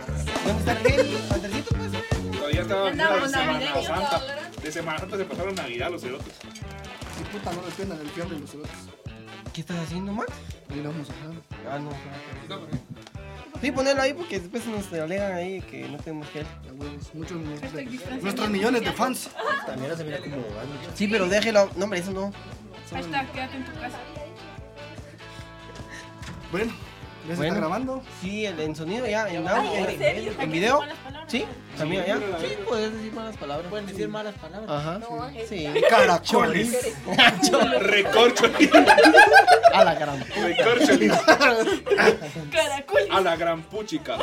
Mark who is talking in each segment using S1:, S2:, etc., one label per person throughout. S1: hasta el Geni, hasta el Gito, pues.
S2: Todavía estaba en
S3: Andamos
S2: Semana
S3: navideños,
S2: Santa.
S3: cabrón.
S2: De Semana Santa se pasaron Navidad los cerotes.
S4: Sí, puta, no defiendan el fiambre y los cerotes.
S1: ¿Qué estás haciendo, Max?
S4: Ahí lo vamos a dejar.
S1: Ah, no. Sí, ponelo ahí porque después nos alegan ahí que no tenemos gel.
S4: Ya, huevos. Muchos de-
S3: Hashtag distanciamiento
S4: nuestros millones de fans.
S5: También se mira como van.
S1: Sí, pero déjelo. No, hombre, eso no.
S3: Hashtag quédate en tu casa.
S4: Bueno, ya se
S1: Bueno.
S4: está grabando.
S1: Sí, el, en sonido ya, en audio,
S3: ¿en
S1: en,
S3: serio?
S1: en video.
S3: Malas palabras.
S1: Sí, también ya.
S2: pero la
S1: Sí,
S2: verdad.
S1: puedes decir malas palabras.
S5: Pueden decir malas palabras.
S1: Ajá. Sí.
S4: Caracoles.
S2: Recorcholis.
S1: A la gran.
S2: Recorcholis.
S3: Caracol.
S2: A la gran puchica.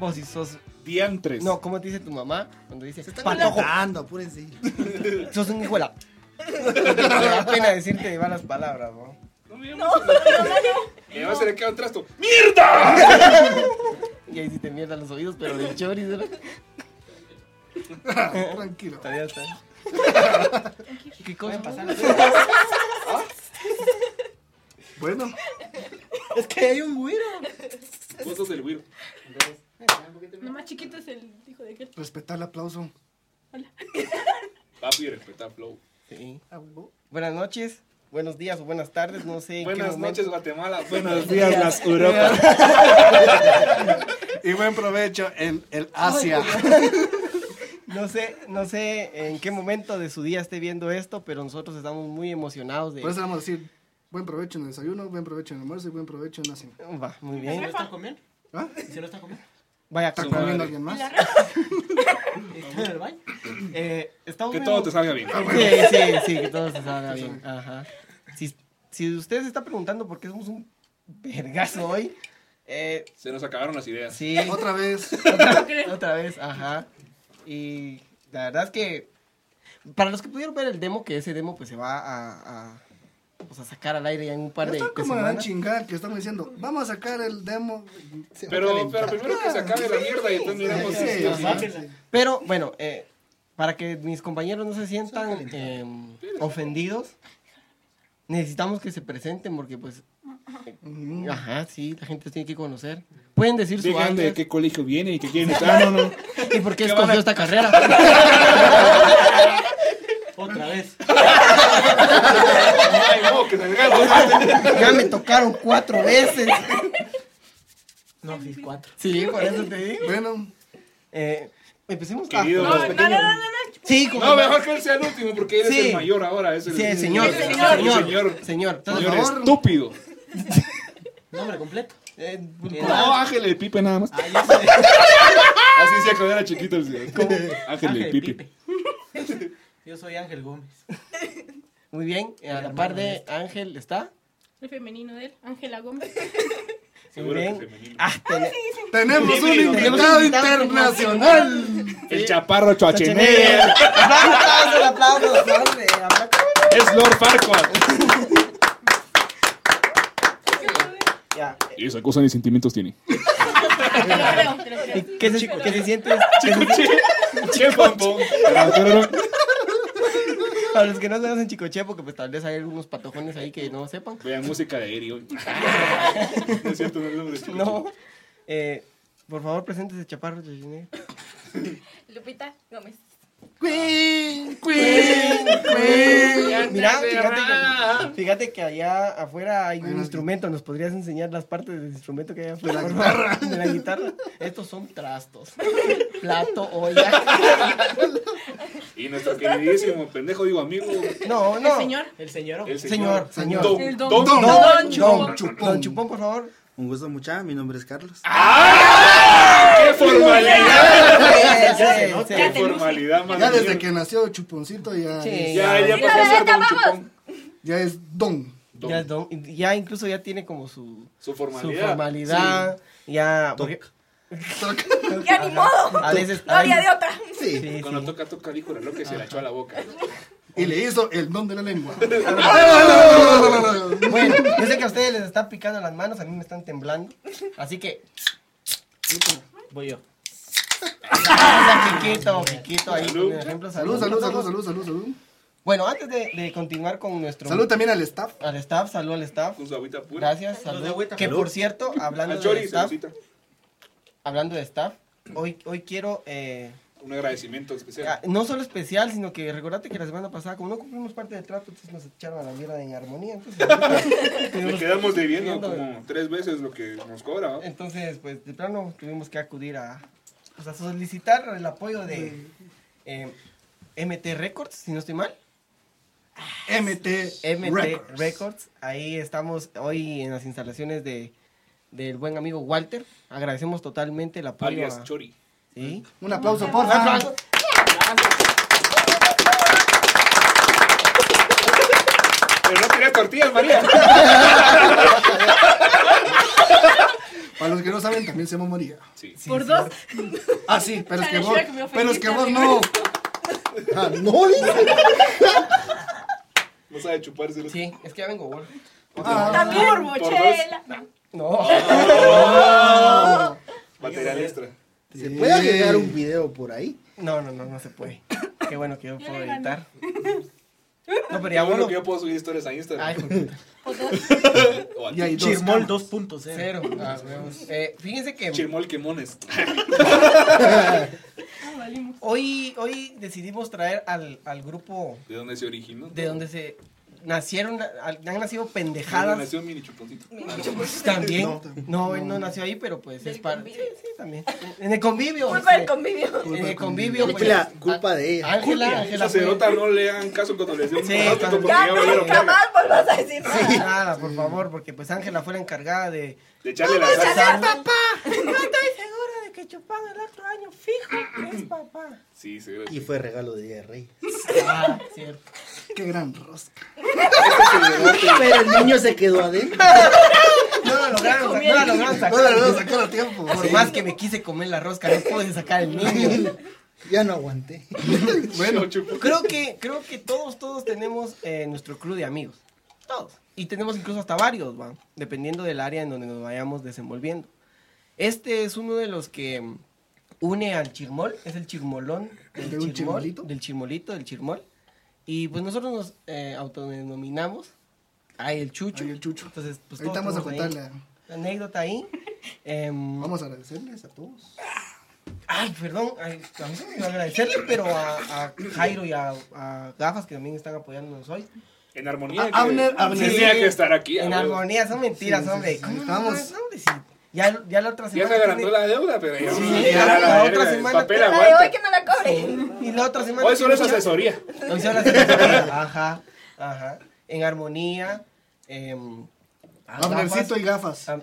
S1: Vos si sos.
S2: Diantres.
S1: No, ¿cómo te dice tu mamá? Cuando dice
S4: Se están
S1: patojo,
S4: calentando, apúrense.
S1: sos un hijuela. Me da pena decirte malas palabras, ¿no?
S2: No, me no, Me va a hacer que un trasto. ¡Mierda!
S1: Y ahí sí te mierdan los oídos, pero de choris, ¿verdad?
S4: Tranquilo.
S1: Todavía está. ¿Qué cosa? Pasar
S4: Bueno,
S5: Es que hay un güiro.
S2: Vos sos el güiro.
S3: Nomás chiquito es el hijo de aquel.
S4: respetar el aplauso.
S2: Papi, respeta flow.
S1: Sí.
S4: Ah, huevo.
S1: Buenas noches, buenos días o buenas tardes, no sé. en qué
S2: Buenas
S1: momento.
S2: noches, Guatemala. Buenos días, las Europas.
S4: Y buen provecho en el Asia.
S1: No sé, no sé en qué momento de su día esté viendo esto, pero nosotros estamos muy emocionados de.
S4: Por eso vamos a decir, buen provecho en el desayuno, buen provecho en el almuerzo y buen provecho en la cena.
S1: Va, muy
S5: ¿Y si no
S1: bien.
S5: están comiendo?
S4: ¿Ah?
S5: ¿Y si no están comiendo?
S1: Vaya,
S4: ¿Está
S2: Su
S4: comiendo
S2: madre.
S4: alguien más?
S5: ¿Están en el baño?
S1: eh, estamos
S2: Que
S1: muy
S2: todo
S1: emo-
S2: te salga bien.
S1: Sí, sí, sí, que todo se salga bien. Ajá. Si, si usted se está preguntando por qué somos un vergazo hoy, eh,
S2: Se nos acabaron las ideas.
S1: sí,
S4: Otra vez.
S1: otra vez, ajá. Y la verdad es que, para los que pudieron ver el demo, que ese demo pues se va a, a, pues, a sacar al aire ya en un par
S4: Ya
S1: de,
S4: Están
S1: de
S4: como van
S1: semanas.
S4: chingar que estamos diciendo, vamos a sacar el demo. Se va a
S2: Pero,
S4: calentar.
S2: pero primero que se acabe la mierda y entonces miramos
S4: Sí,
S2: si-
S4: ajá.
S1: Pero bueno, eh, para que mis compañeros no se sientan em, ofendidos, necesitamos que se presenten porque pues...
S2: Mm.
S1: eh, Ajá, sí, la gente tiene que conocer. Pueden decir su
S2: Digan de
S1: año
S2: qué colegio viene y qué quieren estar. No, no, no.
S1: y por qué
S2: ¿Qué van
S1: escogió
S2: a-
S1: esta carrera.
S5: Otra vez.
S2: Ay, no, que salgamos.
S1: Ya me tocaron cuatro veces.
S5: No, sí, cuatro.
S1: Sí, por eso te digo.
S4: Bueno,
S1: Eh, empecemos
S2: Querido.
S1: con los
S3: No, no, no,
S1: pequeños.
S3: no, no, no.
S1: Sí, con-
S2: No, mejor que él sea el último porque él es
S1: Sí.
S2: el mayor ahora. Es el,
S1: Sí, el señor.
S3: El
S1: Señor.
S3: señor.
S1: Señor.
S2: Señor.
S1: Entonces,
S2: Señor
S1: por favor,
S2: estúpido.
S5: Nombre completo.
S1: eh,
S2: No, Ángel el Pipe nada más.
S5: Ah, yo soy
S2: Así se acabó era chiquito el señor. Ángel el
S5: Ángel
S2: Pipe.
S5: Pipe. Yo soy Ángel Gómez.
S1: muy bien. eh, A la par de Ángel está.
S3: El femenino de él, Ángela Gómez.
S1: Muy
S2: Seguro que
S1: bien.
S2: femenino.
S1: Ah, ten-
S4: tenemos un
S2: Híbrido.
S4: invitado internacional.
S2: El chaparro Choachenegger.
S1: Schwarzenegger. Aplausos, aplausos, hombre, aplausos.
S2: Es Lord Farquaad.
S1: Ya.
S2: Y esa cosa ni sentimientos tiene.
S3: Te lo creo, te lo creo.
S1: ¿Y ¿Qué se, qué se siente?
S2: Che, pompón.
S1: Para los que no conocen Chicoche, porque pues tal vez hay algunos patojones ahí que no sepan.
S2: Vean música de Eri hoy. No es cierto, no es nombre.
S1: No. Eh, por favor, preséntese, Chaparro Chochine.
S6: Lupita Gómez.
S4: Queen, Queen, Queen.
S1: Mira, fíjate que, fíjate que allá afuera hay un
S4: Bueno,
S1: instrumento. ¿Nos podrías enseñar las partes del instrumento que hay afuera?
S4: De la
S1: por favor? De la guitarra. Estos son trastos. Plato, olla.
S2: Y nuestro queridísimo pendejo, digo amigo,
S1: No, no.
S3: El señor.
S5: El señor.
S2: el
S1: Señor, señor.
S2: señor. Don,
S3: El
S2: don,
S3: don.
S2: don.
S1: No,
S3: Don
S1: Chupón.
S4: Chupón.
S1: Don Chupón, por favor.
S7: Un gusto mucha, mi nombre es Carlos.
S2: ¡Qué formalidad!
S1: Sí, sí,
S2: ¡Qué
S1: sí.
S2: formalidad, man!
S4: Ya desde que nació Chuponcito ya,
S1: Sí.
S4: es,
S2: Ya, ya pasó a ser don chupón.
S4: ya es don.
S2: Don.
S1: Ya, es don- ya incluso ya tiene como su,
S2: Su
S1: su
S2: formalidad.
S1: formalidad. Ya. porque-
S6: ¡Ya ni modo!
S1: a veces.
S6: No había
S1: ay,
S6: de otra.
S1: sí,
S4: Sí.
S1: sí.
S2: Cuando toca, toca, dijo la loca y se la echó a la boca.
S4: Y le hizo el don de la lengua.
S1: Bueno, yo sé que a ustedes les están picando las manos, a mí me están temblando. Así que.
S5: Voy yo.
S1: ah, Quiquito, Quiquito ahí.
S2: Salud.
S1: Por ejemplo,
S4: Salud,
S1: salud.
S4: salud, salud, salud, salud, salud.
S1: Bueno, antes de, de continuar con nuestro.
S4: Salud también al staff.
S1: Al staff, salud al staff.
S2: Con su agüita pura.
S1: Gracias,
S5: Salud de
S1: salud.
S5: agüita.
S1: Que
S5: Salud.
S1: por cierto, hablando
S2: Al
S1: del
S2: chori,
S1: staff.
S2: saludcita.
S1: hablando de staff, hoy, hoy quiero... eh,
S2: Un agradecimiento
S1: Ah,
S2: especial.
S1: No solo especial, sino que recordate que la semana pasada, como no cumplimos parte del trato, entonces nos echaron a la mierda en armonía. Entonces,
S2: Le
S1: tuvimos-
S2: quedamos debiendo
S1: debiendo,
S2: como tres veces lo que nos cobra. ¿va?
S1: Entonces, pues de plano tuvimos que acudir a, pues, a solicitar el apoyo de eh, MT Records, si no estoy mal.
S4: MT.
S1: MT
S4: Records.
S1: Records. Ahí estamos hoy en las instalaciones de, del buen amigo Walter. Agradecemos totalmente el apoyo.
S2: Alias
S1: a-
S2: Chori.
S1: ¿sí?
S4: Un aplauso, por
S1: Un aplauso.
S4: favor.
S2: Pero no tenías tortillas, María.
S4: Para los que no saben, también se llama María.
S2: Sí.
S3: Por dos.
S4: Ah, sí, pero es que
S3: Parecía
S4: vos.
S3: que me ofendí,
S4: Pero es que vos
S3: perdón.
S4: no. Ah, no, dice.
S2: No sabe chuparse.
S1: Sí, es que ya vengo, gordo.
S4: Ah,
S3: Por
S2: dos.
S3: mochela.
S1: No.
S2: Material extra.
S7: ¿Se puede agregar un video por ahí?
S1: No, no, no, no se puede. Qué bueno que yo puedo
S3: le gané.
S1: editar. No, pero
S2: Ya
S1: ya
S2: bueno
S1: bueno.
S2: que yo puedo subir historias a Instagram.
S1: Ay, hijo de puta.
S2: O a
S4: Y hay dos.
S5: Chirmol
S4: camas.
S5: 2.0.
S1: Cero. Ah, huevos. Eh, fíjense que
S2: Chirmol Quemones.
S3: Ah, valimos.
S1: hoy, hoy decidimos traer al, al grupo
S2: ¿De dónde se originó?
S1: de donde se nacieron, al- han nacido
S2: Donde
S1: pendejadas.
S2: nació Mini Chuponcito.
S1: También.
S4: No,
S1: No,
S4: tam-
S1: él no nació ahí, pero pues
S6: Del
S1: es para. Sí,
S6: convivio.
S1: sí, también. En el convivio.
S6: Culpa del
S1: sí.
S6: convivio.
S1: En el convivio.
S7: Es que
S1: pues,
S7: la culpa de ella.
S1: Ángela, Ángela. fue-
S2: Sacerdota, no le hagan caso cuando les dé un
S1: Sí,
S2: parásico,
S1: cuando-
S2: porque
S6: Ya
S2: ya valieron
S6: nunca
S2: verga.
S6: más volvás a decir nada.
S1: Nada, por favor, porque pues Ángela fue la encargada de
S2: De echarle la salsa.
S1: Sal-
S3: Segura de que chupan el otro año fijo. Es papá.
S2: Sí, sí.
S7: Y fue regalo de Día de Reyes.
S1: Ah, cierto.
S4: Qué gran rosca.
S7: Pero el niño se quedó adentro.
S1: No la lograron, sa- no la lograron
S4: No la
S1: sacar.
S4: vamos a sacar a tiempo.
S1: Por más que me quise comer la rosca, no pude sacar el niño.
S7: Ya no aguanté.
S4: Bueno,
S1: Creo que, creo que todos, todos tenemos eh, nuestro club de amigos. Todos. Y tenemos incluso hasta varios, ¿va? dependiendo del área en donde nos vayamos desenvolviendo. Este es uno de los que mm, une al chirmol, es el chirmolón del
S4: ¿De
S1: chirmol,
S4: un chirmolito?
S1: del chirmolito, del chirmol. Y pues nosotros nos eh, autodenominamos. Ay, el chucho.
S4: Ay, el Chucho.
S1: Entonces, pues
S4: ahorita
S1: todos
S4: vamos a
S1: tenemos ahí
S4: contarle. a-
S1: la anécdota ahí. Em,
S4: Vamos a agradecerles a todos.
S1: Ay, perdón, ay, a mí se me olvidó agradecerle, pero a, a Jairo y a, a Gafas que también están apoyándonos hoy.
S2: En armonía.
S4: Ah,
S2: que-
S4: Abner- Abner.
S2: Tenía que estar aquí.
S1: En
S2: a huevo.
S1: armonía, son mentiras,
S4: Sí, sí,
S1: hombre.
S4: sí,
S1: ¿Cómo no
S4: estamos.
S1: sabes, hombre? Sí. Ya, ya la otra
S2: Ya
S1: semana.
S2: se agarró
S1: tiene-
S2: la deuda, pero ya.
S1: Sí,
S2: ya
S1: la otra
S2: verga, el
S1: semana
S2: Papel
S6: La de hoy que
S2: aguanta.
S6: no la cobre.
S1: Y la otra semana.
S2: Hoy solo es
S1: tiene-
S2: asesoría.
S1: Hoy solo es asesoría. Ajá, ajá. En armonía. em, a
S4: Abnercito
S1: Gafas.
S4: y gafas.
S1: Am-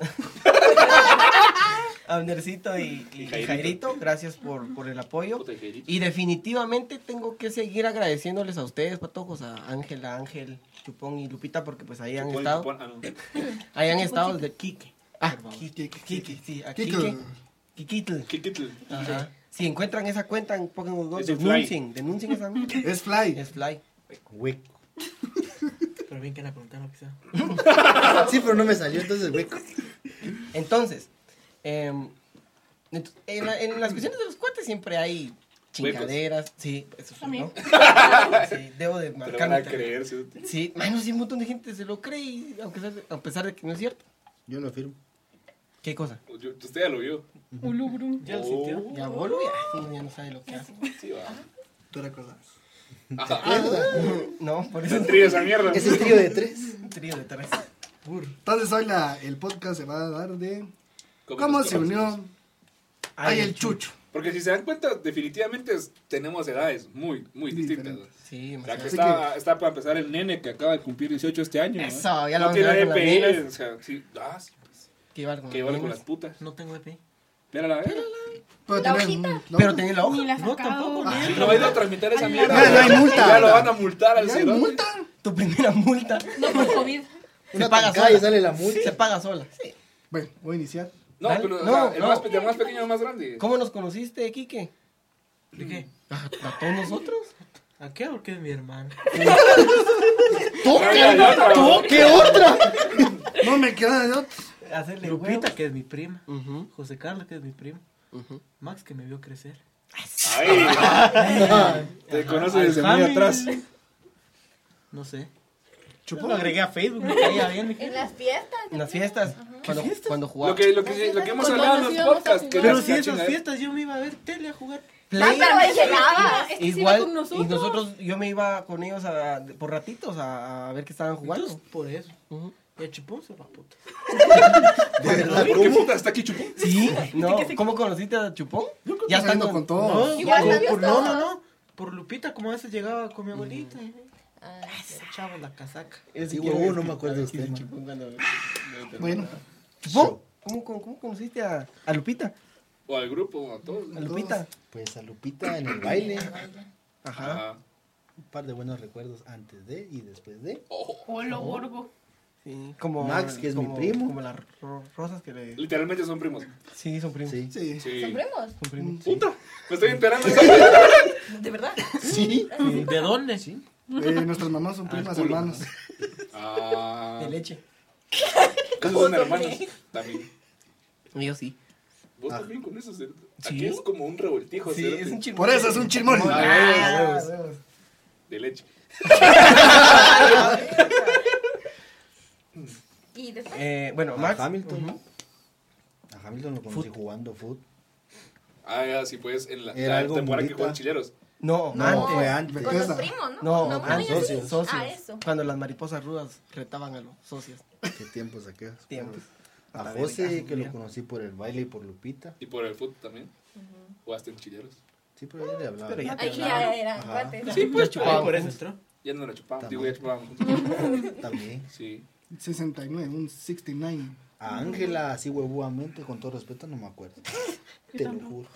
S1: Abnercito y, y-
S2: Y
S1: y
S2: Jairito.
S1: Jairito, gracias por, por el apoyo.
S2: Puta, Jairito.
S1: Y definitivamente tengo que seguir agradeciéndoles a ustedes, patojos, a Ángela, Ángel, Chupón y Lupita, porque pues ahí han
S2: Chupón,
S1: estado.
S2: chupón, ah, no.
S1: Ahí han estado desde Quique. Ah, Quique,
S4: Quique,
S1: Quique, sí, a
S4: Quique.
S1: Quique. Quiquitl.
S2: Kikitl.
S1: Ajá. Si encuentran esa cuenta, póngannos dos,
S2: Es de
S1: denuncien, denuncien esa mierda.
S4: Es Fly.
S1: Es fly.
S7: Hueco.
S5: Pero bien que la preguntaron, quizá.
S7: Sí, pero no me salió entonces hueco.
S1: Entonces, em, ent- en, la- en las cuestiones de los cuates siempre hay chingaderas. Sí, eso sí, ¿no? Sí, debo de
S2: Te lo
S1: marcar.
S2: van a
S1: mi-
S2: creer. sí.
S1: Sí, mano, sí, un montón de gente se lo cree, y aunque sea- a pesar de que no es cierto.
S7: Yo no firmo.
S1: ¿Qué cosa? Oh.
S2: Yo- Usted ya lo vio.
S3: Ulubrum.
S5: Ya lo sintió.
S1: Ya voló, ya, sí, ya no sabe lo que hace.
S2: Sí, va.
S4: ¿Tú recuerdas?
S2: Ajá.
S1: No, por eso
S2: Esa
S1: es
S2: trilla, esa mierda.
S7: Es el trío de tres.
S1: un trío de tres.
S4: Entonces hoy la, el podcast se va a dar de cómo
S2: Comienzos,
S4: se
S2: comienzos.
S4: unió Ay el Chucho.
S2: Porque si se dan cuenta, definitivamente es- tenemos edades muy, muy distintas.
S4: Diferente.
S1: Sí,
S2: O sea,
S1: demasiado.
S2: que está, está para empezar el nene que acaba de cumplir 18 este año. ¿no?
S1: Eso, ya lo vamos
S2: no
S1: a
S2: tiene
S1: llevar con las
S2: EPI.
S1: nenas.
S2: O sea, sí. Ah, sí, pues,
S1: que iba con
S2: que
S1: las
S2: vale con
S1: nenas.
S2: las putas.
S5: No tengo E EP.
S2: Espérala, eh.
S4: Pero
S6: La
S4: tenés-
S6: hojita.
S4: mm,
S1: Pero
S4: la hojita.
S1: tenía la
S3: Ni
S1: hoja.
S3: la
S5: No, tampoco.
S3: sacado.
S2: No ha ido a transmitir esa mierda.
S4: Ya, ya hay multa.
S2: Ya lo van a multar al
S4: Ya hay
S2: cerote.
S4: multa.
S1: Tu primera multa
S3: No por COVID.
S1: se
S7: Una
S1: paga
S7: paga y
S1: sola.
S7: sale la multa.
S1: Se paga sola. Sí.
S4: Bueno, voy a iniciar.
S2: No,
S1: Dale.
S2: pero o
S1: No,
S2: sea, el,
S1: no.
S2: Más, pe- el más pequeño el más grande.
S1: ¿Cómo nos conociste, Quique?
S5: ¿De qué?
S1: ¿A, a todos nosotros?
S5: ¿A qué? Porque es mi hermano.
S2: Ya, ya, ya, ya.
S7: ¡Toque! ¡Toque otra!
S4: No me queda de otro.
S1: Hacerle
S5: Lupita, que es mi prima.
S1: Ujú,
S5: José Carlos, que es mi primo.
S1: ujú.
S5: Max, que me vio crecer.
S2: Ay, te conoce desde muy
S5: Alhamdulillah.
S2: atrás.
S5: No sé.
S4: Chupó.
S5: Lo agregué a Facebook, me caía bien.
S6: En las fiestas.
S1: En las fiestas. Cuando,
S5: fiestas?
S1: cuando jugaba.
S2: Lo que, lo que, lo que hemos hablado en los
S6: Cuando
S2: podcasts. que
S5: Pero
S2: la-
S5: si
S2: la
S5: esas
S2: chingadera-
S5: fiestas yo me iba a ver tele a jugar.
S1: Play,
S6: Pero me llegaba. Este sí iba
S1: igual,
S6: con nosotros.
S1: y nosotros, yo me iba con ellos a- a- por ratitos a, a ver qué estaban jugando.
S5: Entonces, por eso.
S1: Ujú.
S5: Y a Chipón se va puta.
S2: ¿Por qué puta está aquí chupón?
S1: Sí, no, ¿cómo conociste a Chupón?
S4: Ya saliendo con todo.
S5: No,
S6: Igual
S5: por-
S6: yo
S5: por- no,
S6: estaba-
S5: no, no. Por Lupita, como a veces llegaba con mi abuelita.
S6: Ah,
S5: Echaba la casaca.
S1: Él
S7: Sí,
S1: quiere
S7: huevón,
S1: ver
S7: no
S1: que-
S7: me acuerdo
S1: a ver
S7: de
S1: qué dice
S7: usted,
S1: Chupón cuando-
S4: Bueno,
S1: ¿Chupón? ¿Cómo, cómo, cómo conociste a, a Lupita?
S2: O al grupo, o a todos.
S1: A Lupita.
S7: Pues a Lupita en el baile. Ah.
S1: Ajá.
S2: Ajá.
S7: Un par de buenos recuerdos antes de y después de.
S6: Polo Borgo.
S1: Sí, como
S7: Max, que es mi
S1: como-
S7: primo.
S1: Como las ro- rosas que le.
S2: Literalmente son primos.
S1: Sí, son primos.
S7: Sí.
S4: sí.
S2: Sí.
S6: ¿Son primos?
S1: Son primos.
S2: Puta, me estoy enterando. de-
S6: ¿De verdad?
S7: Sí.
S5: ¿De dónde? Sí.
S4: Eh, nuestras mamás son primas
S2: culo.
S4: hermanas.
S2: Ah,
S1: De leche.
S2: esos son hermanos también.
S1: Yo sí.
S2: Vos
S7: Ah.
S2: también con eso, ¿cierto?
S1: Sí.
S2: Aquí es como un revoltijo,
S1: Sí,
S2: cerote,
S1: es un Ah, chismón.
S4: Por eso es un chismón.
S7: Ah,
S2: De leche.
S6: Y después.
S1: Eh, bueno, Max.
S7: A Ah, Hamilton.
S1: Ujú.
S7: A Hamilton lo conocí jugando foot.
S2: Ah, ya, sí, pues, en la,
S7: Era
S2: la
S7: algo
S2: temporada que
S7: bonita.
S2: juegan chileros.
S1: No,
S7: No,
S1: antes.
S7: fue antes.
S6: Con los
S4: Bethesda.
S6: primos, ¿no?
S1: No,
S6: no,
S1: antes.
S6: yo sí.
S1: socios, socios.
S6: Ah, eso.
S1: Cuando las mariposas rudas retaban a los socios.
S7: Qué tiempos aquellos.
S1: Tiempos.
S7: A
S1: La
S7: José,
S1: verga,
S7: que lo
S1: mira.
S7: conocí por el baile y por Lupita.
S2: Y por el fútbol también. Jugaste en chileros.
S7: Sí, pero ya le hablaba.
S1: Pero ya
S6: Ahí
S1: te hablaban.
S6: ya eran
S7: Ajá.
S6: cuates.
S1: Sí, pues.
S5: Ay, por eso entró.
S2: Ya no la chupamos.
S7: También.
S2: Digo, ya chupábamos.
S7: También.
S2: Sí.
S4: 69, un 69.
S7: A Ángela, así huevudamente, con todo respeto, no me acuerdo. Te lo juro.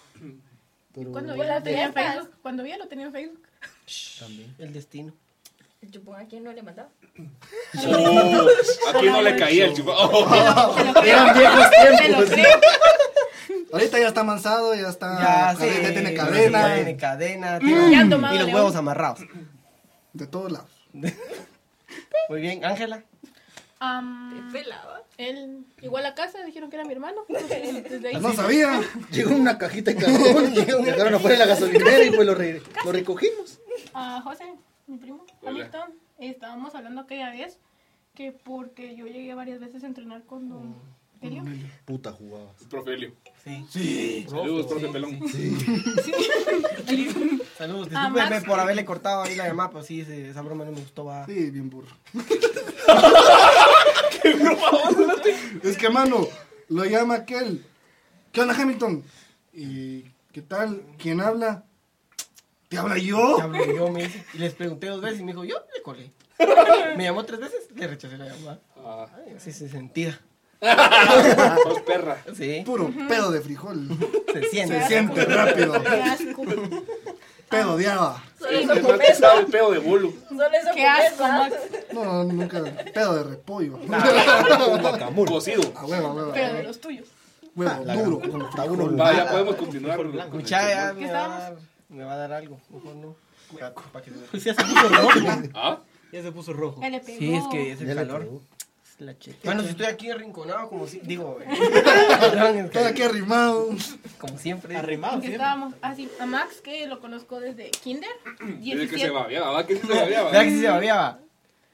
S7: Pero
S8: Cuando
S6: Con
S8: yo
S6: la
S8: lo tenía en
S6: teta.
S8: Facebook. Cuando yo lo tenía en Facebook.
S7: también.
S1: El destino.
S6: El Chupón a quién no le mandaba.
S2: Oh, ¿A quién no le caía el chupón? Oh,
S7: Eran viejos tiempos.
S4: Ahorita ya está amansado, ya está.
S1: Ya, sí.
S4: cadena, Ah, ya tiene
S1: Ya
S4: cadena.
S1: tiene cadena.
S8: Ya
S1: tiene-
S8: han tomado
S1: Y los
S8: león.
S1: huevos amarrados.
S4: De todos lados.
S1: Muy bien, Ángela.
S8: Am,
S6: Pelaba.
S8: él llegó a la casa, dijeron que era mi hermano. entonces, desde ahí-
S1: Ah,
S4: No sabía.
S7: Llegó una cajita de carbón, llegaron dejaron afuera de la gasolinera y pues lo, re- lo recogimos.
S8: A Ah, José, mi primo,
S2: Hola.
S8: Hamilton, estábamos hablando aquella vez que porque yo llegué varias veces a entrenar con Don
S2: Mm.
S8: Elio.
S7: Puta jugabas.
S2: profe Elio.
S1: Sí.
S2: Saludos, profe Pelón.
S1: Saludos.
S8: Ah,
S1: Discúlpeme
S8: Max.
S1: por haberle cortado ahí la llamada, pero sí, ese- esa broma no me gustó. va.
S4: Sí, bien burro. Es que, mano, lo llama aquel. ¿Qué onda, Hamilton? ¿Y qué tal? ¿Quién habla? ¿Te habla yo?
S1: Ya habló yo, me dice, Y les pregunté dos veces y me dijo, yo le colé. Me llamó tres veces, le rechacé la llamada.
S2: Ah,
S1: Sí, se sentía.
S2: sos perra.
S1: Sí,
S4: Puro pedo de frijol.
S1: se siente.
S4: Se siente rápido.
S8: Qué asco.
S4: Pedo de haba.
S6: Solo eso
S2: No
S6: con
S2: te
S6: eso.
S2: Este sabe el pedo de bolo.
S6: Solo eso
S8: Qué
S6: con
S8: asco,
S6: eso.
S8: Max.
S4: No, nunca. Pedo de repollo.
S7: Un guacamole.
S2: Cocido.
S4: A huevo, a huevo. a
S8: Pero de
S4: huevo.
S8: los tuyos.
S4: Huevo,
S7: La
S4: duro.
S7: gran-
S4: con
S7: Está uno
S2: Va,
S7: jugando.
S2: ya podemos continuar. Ah, con el
S1: Escuchá, Pues ya
S8: ¿Qué
S1: me va, a dar, me va a dar algo. Mejor no. Pa- pa' que se-
S5: Pues ya se puso rojo.
S2: chupón. Ah,
S5: Ya se puso rojo.
S8: Ya le pegó.
S1: Sí, es que es
S7: Ya
S1: el
S7: le
S1: calor.
S7: pegó.
S5: La cheta.
S1: Bueno, si estoy aquí arrinconado, como si. Digo, eh,
S4: Todo aquí arrimado.
S1: como siempre.
S5: Arrimado,
S8: Que
S5: ¿sí?
S8: estábamos así. A Max, que lo conozco desde Kinder.
S2: desde que
S8: 17.
S2: se babeaba, va, que se babeaba.
S1: Vea que sí se babeaba.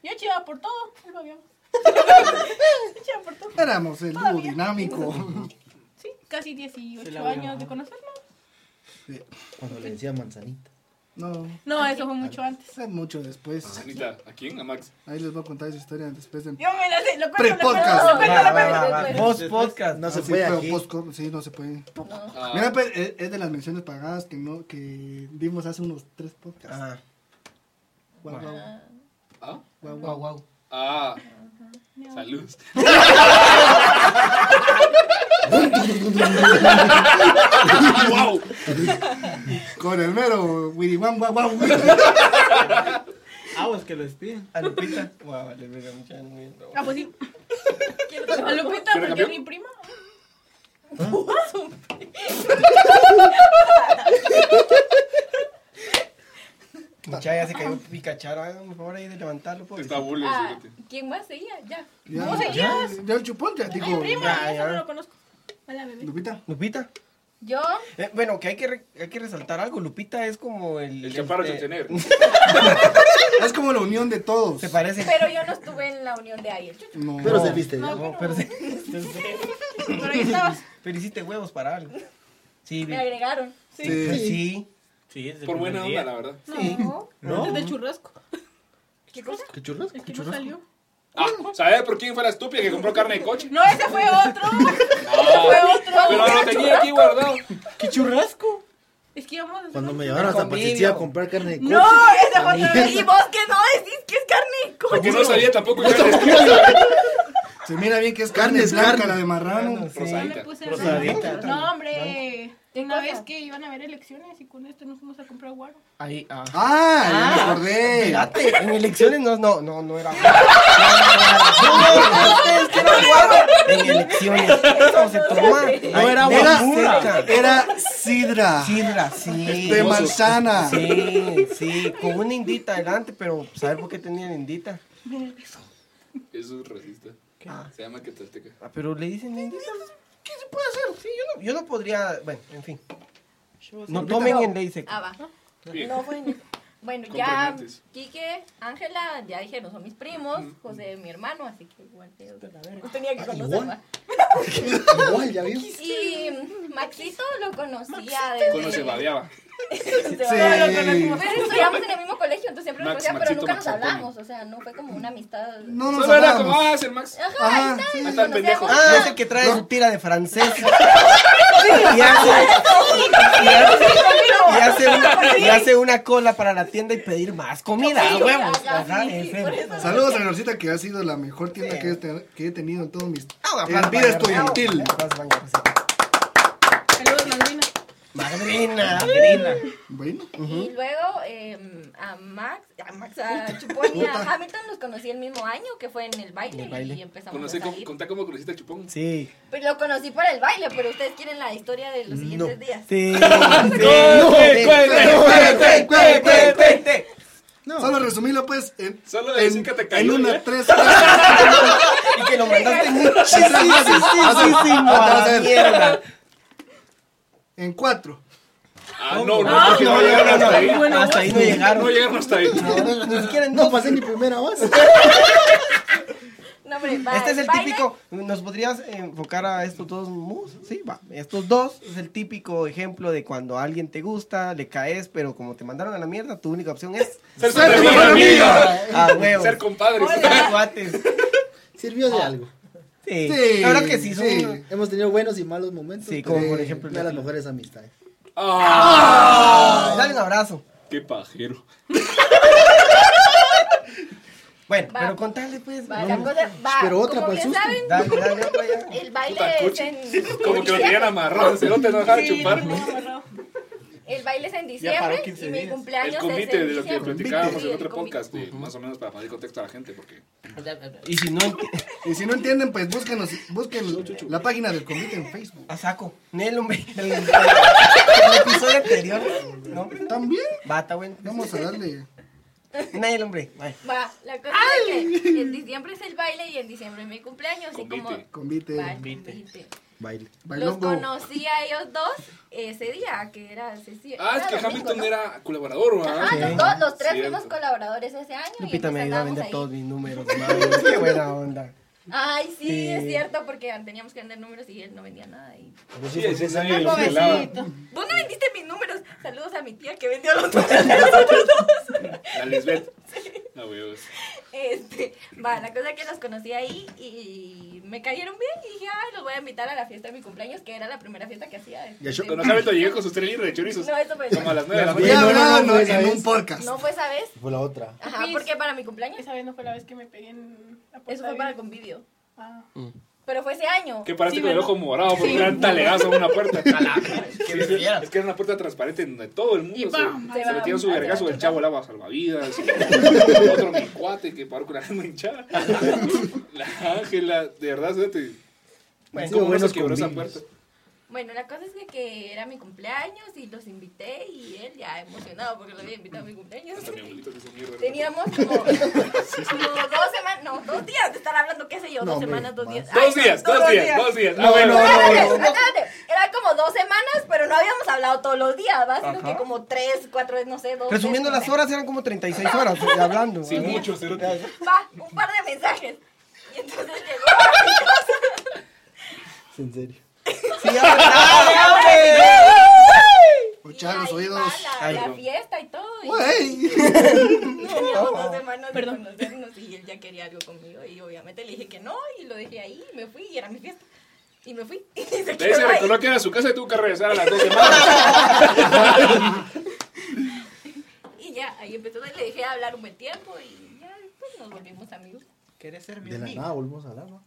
S8: Yo chivaba por todo. Él babeaba. Yo chivaba por todo.
S4: Éramos el dúo dinámico.
S8: Sí, casi
S5: Se la voy
S8: 18
S5: a
S8: años
S5: bajar.
S8: de conocernos.
S7: Cuando le decía manzanita.
S4: No,
S8: No, eso fue mucho antes.
S4: sé mucho después.
S2: Anita, ¿a quién? A Max.
S4: Ahí les voy a contar esa historia después del.
S8: Yo me la sé, lo cuento, lo cuento,
S4: Pre-podcast.
S8: lo cuento,
S1: Va,
S8: lo
S1: va,
S8: cuento.
S1: va, va. Post podcast.
S7: No
S4: Ah,
S7: se
S4: sí,
S7: puede
S4: pero
S7: aquí.
S4: post-co- sí, no se puede.
S2: Ah,
S4: Mira, pues, es es de las menciones pagadas que no que dimos hace unos tres podcasts.
S1: Ah,
S4: Guau, guau,
S2: ah,
S4: guau, guau.
S1: wow, wow.
S2: ah. Salud. wow.
S4: Con el mero Wiri Guau, guau, guau.
S5: Aguas Ah, pues que lo despiden.
S1: A Lupita. Wow, le pega mucha muy bien.
S8: Ah, pues sí. A Lupita,
S2: ¿Quiere
S8: porque
S2: cambiar?
S8: es mi prima.
S1: Mucha ya se cayó Picachara. Por favor, ahí de levantarlo. pues. pobre.
S2: Está bolo,
S6: Ah,
S2: cerote.
S6: ¿Quién más seguía? Ya.
S4: Ya,
S8: ¿Cómo se
S4: ya, ya el chupón ya
S8: Mi
S4: digo.
S8: prima,
S1: ya,
S8: yo eso
S1: ya.
S8: no lo conozco. A la bebé.
S4: Lupita,
S1: Lupita.
S6: Yo,
S1: Eh, bueno, que hay que, re- hay que resaltar algo. Lupita es como el.
S2: El chaparro
S1: este,
S2: Schwarzenegger.
S4: Es como la unión de todos.
S1: Se parece.
S6: pero yo no estuve en la unión de ayer. Yo-
S4: No.
S7: Pero se viste.
S8: No,
S1: No, pero, se-
S8: Pero ahí estabas.
S1: pero hiciste huevos para algo. Sí, vi-
S6: Me agregaron.
S8: Sí.
S1: pues
S4: Sí.
S1: sí.
S5: Sí, es el
S2: Por
S5: primer
S2: buena
S5: día.
S2: onda, la verdad.
S6: No.
S5: ¿No?
S8: Antes del churrasco.
S6: ¿Qué cosa?
S7: ¿Qué churras?
S8: El que no salió.
S2: Ah, ¿sabes por quién fue la estúpida que compró carne de coche?
S6: No, ese fue otro.
S2: Ah,
S6: Fue otro.
S2: pero lo tenía aquí guardado.
S5: ¿Qué churrasco?
S8: Es que íbamos a hacer
S7: Cuando
S8: un
S7: me llevaron hasta
S1: Convivio.
S7: Patricia a comprar carne de coche.
S6: No, ese fue otra vez. Y vos que no decís que es carne y
S2: Porque
S6: coche.
S2: no sabía tampoco que era de-
S4: Se mira bien que es
S7: Carne
S4: carne,
S7: es
S4: blanca,
S7: carne.
S4: la de marrano.
S1: Sí.
S8: Yo
S2: Rosadita.
S8: me puse
S5: Rosadita.
S8: No, hombre. Una
S6: cosa?
S8: vez que iban a haber elecciones y con esto nos fuimos a comprar guaro.
S1: Ahí, ah.
S4: Ah, ya me acordé.
S1: Fíjate, en elecciones no, no, no, no era. No, no, es que era guaro. En elecciones. No se toma. No era
S4: Era, era sidra
S1: Sidra, sí.
S4: de manzana.
S1: Sí, sí. Con una indita adelante, pero ¿sabes por qué tenía la indita?
S2: Eso es racista.
S1: Ah.
S2: Se llama que te azteca.
S1: Ah, pero le dicen indita. ¿Qué se puede hacer? Sí, yo no, yo no podría. Bueno, en fin. No tomen en ley seca.
S6: Ah, va.
S2: Bien.
S6: No, bueno. Bueno, ya,
S2: Componentes.
S6: Quique, Ángela, ya dijeron, son mis primos, José, mi hermano, así que igual te- tenía que conocer. ¿va?
S7: Igual, ya viste.
S6: Y Maxito lo conocía desde...
S2: Cuando se badeaba.
S6: se
S4: Sí.
S6: va- Pero estudiamos en el mismo colegio, entonces siempre nos
S2: Max,
S6: conocía, pero
S2: Maxito,
S6: nunca nos
S2: Maxatoni.
S6: hablamos. O sea, no fue como una amistad.
S4: No nos
S2: Solo era como,
S4: hablábamos.
S2: ah, es el Max.
S6: Ajá,
S4: Ajá,
S6: ahí está,
S4: sí,
S6: nos
S2: hasta el pendejo.
S6: conocíamos.
S1: Ah, ese que trae su tira de francés. Y hace, y hace, y hace una, y hace una cola para la tienda y pedir más comida.
S6: Sí,
S1: a huevos.
S6: ajá,
S1: Ajá,
S6: sí, sí,
S1: ese.
S6: por eso.
S4: Saludos a Leoncita, que ha sido la mejor tienda que he, te- que he tenido en todo mis.
S1: Ah,
S4: en vida estudiantil.
S1: Aplausos, Bañeros.
S8: Saludos, madrina.
S1: Madrina, madrina.
S4: Bueno,
S6: Y luego eh, a Max, a Max, a Chupón y a Hamilton los conocí el mismo año que fue en el baile,
S1: En el baile.
S6: y empezamos
S2: Conocí,
S6: a salir.
S2: contá cómo conociste a Chupón.
S1: Sí.
S6: Pero lo conocí por el baile, pero ustedes quieren la historia de los siguientes días.
S1: Sí.
S4: solo resumirlo pues en,
S2: Solo
S4: en,
S2: decir que te cayó, ¿eh?
S4: en una
S2: ¿ya?
S4: tres
S1: Y que lo mandaste
S7: Ah,
S1: muchísimo a la mierda.
S4: en cuatro.
S2: Ah, no, no,
S1: Ah,
S2: porque
S1: no,
S2: no llegaron
S1: no, no,
S2: hasta ahí.
S1: no, bueno, hasta ahí no llegaron.
S2: No llegaron hasta ahí.
S1: Ni siquiera en
S7: No
S1: dos.
S7: pasé ni primera base.
S6: No, hombre, va,
S1: Este es el
S6: baile,
S1: típico. ¿Nos podrías enfocar a estos dos mus? Sí, va. Estos dos es el típico ejemplo de cuando a alguien te gusta, le caes, pero como te mandaron a la mierda, tu única opción es.
S2: Ser su mejor amiga.
S1: A huevos.
S2: Ser compadres.
S1: Ser cuates.
S7: Sirvió de algo.
S1: Sí.
S4: Sí,
S1: La verdad que sí, son.
S4: sí.
S7: Hemos tenido buenos y malos momentos.
S1: Sí, como
S7: pero
S1: por ejemplo el
S7: Una de las
S1: de-
S7: mejores amistades.
S2: Ah,
S1: Dale un abrazo.
S2: qué pajero.
S1: Bueno,
S6: Va.
S1: pero contale pues.
S6: va,
S1: no,
S6: la
S1: no.
S6: cosa, va,
S7: Pero otra
S6: como
S7: para el
S6: bien
S7: susto.
S6: saben,
S1: Dale, dale, otra ya.
S6: el baile
S2: Puta,
S6: es en
S2: Como que lo tenían amarrado, se no te dejaba
S8: Sí,
S2: chupar.
S8: no, amarrado.
S6: el baile es en
S5: paró
S6: diciembre
S5: 15
S6: y mi
S5: días.
S2: El
S6: cumpleaños es
S2: convite
S6: en
S2: de lo que
S6: diciembre.
S2: platicábamos
S6: Sí,
S2: en
S6: el
S2: otro
S6: convite.
S2: podcast, de, más o menos para poner contexto a la gente, porque
S1: Y si no, ent-
S4: Y si no entienden, pues búsquenos, busquen la página del comité en Facebook.
S1: a saco. Nel, hombre. El, el- el episodio anterior. No, hombre. no.
S4: También
S1: Va, está bueno.
S4: vamos a darle.
S1: Nel, hombre. Bye.
S6: Va, la cosa es que en diciembre es el baile y en diciembre es mi cumpleaños. Y como,
S2: Convite.
S4: Convite,
S6: Va, el
S5: Convite.
S6: convite.
S7: Baile.
S6: Los
S4: bailongo.
S6: conocí a ellos dos ese día, que era... ese- sí,
S2: Ah, es
S6: era
S2: que
S6: domingo,
S2: Hamilton
S6: ¿no?
S2: era colaborador, ¿verdad?
S6: Ajá, los, dos, los tres
S2: Cierto.
S6: fuimos colaboradores ese año. y
S1: Lupita me ayudó a
S6: entonces andábamos
S1: vender
S6: ahí.
S1: todos mis números. madre, Qué buena onda.
S6: Ay, sí,
S1: Sí.
S6: es cierto, porque teníamos que vender números y él no vendía nada. Y...
S2: Sí, ese nadie lo pelaba.
S8: Pobrecito.
S6: Vos no vendiste mis números. Saludos a mi tía que vendió los números.
S2: La Lisbeth. No, huevos.
S6: Este, va, la cosa es que los conocí ahí y me cayeron bien. Y dije, ay, los voy a invitar a la fiesta de mi cumpleaños, que era la primera fiesta que hacía. este,
S7: Ya yo-
S2: Cuando Hamilton llegó con sus tres libros de chorizos.
S6: No, eso fue-
S2: Como a las nueve de la
S7: Bien,
S4: Ya
S2: mañana.
S7: no, no,
S4: hablaban
S7: no, esa
S4: en
S7: vez.
S4: un podcast.
S6: No fue esa vez.
S7: Fue la otra.
S6: Ajá, porque para mi cumpleaños.
S8: Esa vez no fue la vez que me pegué en la portada.
S6: Eso fue para el convivio.
S8: Ah.
S6: Pero fue ese año.
S2: Que paraste
S8: Sí,
S2: con el
S8: bueno.
S2: ojo morado por un gran talegazo a una puerta.
S1: Que me vieras.
S2: Es que era una puerta transparente en donde todo el mundo
S8: ¡pam!
S2: se,
S6: Se
S2: se
S6: va,
S2: metía en su
S6: se va,
S2: vergazo.
S6: se va.
S2: El chavo lava salvavidas. el otro mi cuate que paró con la mano hinchada. La Ángela, de verdad, fíjate.
S1: Bueno,
S2: ¿Cómo no
S7: buenos
S2: se quebró esa
S7: convivios.
S2: puerta?
S6: Bueno, la cosa es de que era mi cumpleaños y los invité y él ya emocionado porque lo había invitado a mi cumpleaños.
S2: Hasta mi abuelito se hizo mierda.
S6: Teníamos como, como dos semanas, no, dos días de estar hablando, qué sé yo,
S7: No,
S6: dos
S7: hombre,
S6: semanas, dos
S7: más.
S6: días. Ay,
S2: Dos días,
S6: no,
S2: dos días, dos días. Ah,
S4: No,
S2: bueno.
S4: no, no.
S6: Espérate, espérate. Era como dos semanas, pero no habíamos hablado todos los días, ¿va? Sino
S1: Ajá.
S6: que como tres, cuatro, no sé, dos.
S1: Resumiendo
S6: veces,
S1: las
S6: ¿va?
S1: horas, eran como 36 horas eh, hablando.
S2: Sí,
S1: ¿verdad?
S2: mucho, cerote.
S6: Va, un par de mensajes. Y entonces llegó.
S7: En serio.
S1: Sí, ya, ya, hombre.
S4: Escuchar
S6: y
S4: los
S6: ahí
S4: oídos.
S6: va La,
S1: Ay,
S6: la
S1: no.
S6: fiesta y todo. Y
S4: Güey.
S6: teníamos dos semanas de
S8: Perdón.
S6: conocernos y él ya quería algo conmigo. Y obviamente le dije que no y lo dejé ahí y me fui y era mi fiesta. Y me fui. Y se
S2: De ahí se
S6: quedó ahí.
S2: recordó que era su casa y tuvo que regresar a las dos semanas.
S6: Y ya, ahí empezó. y Le dejé hablar un buen tiempo y ya después nos volvimos amigos.
S5: ¿Quieres ser mi
S7: De la
S5: amigo?
S7: nada volvimos a hablar, ¿no?
S6: No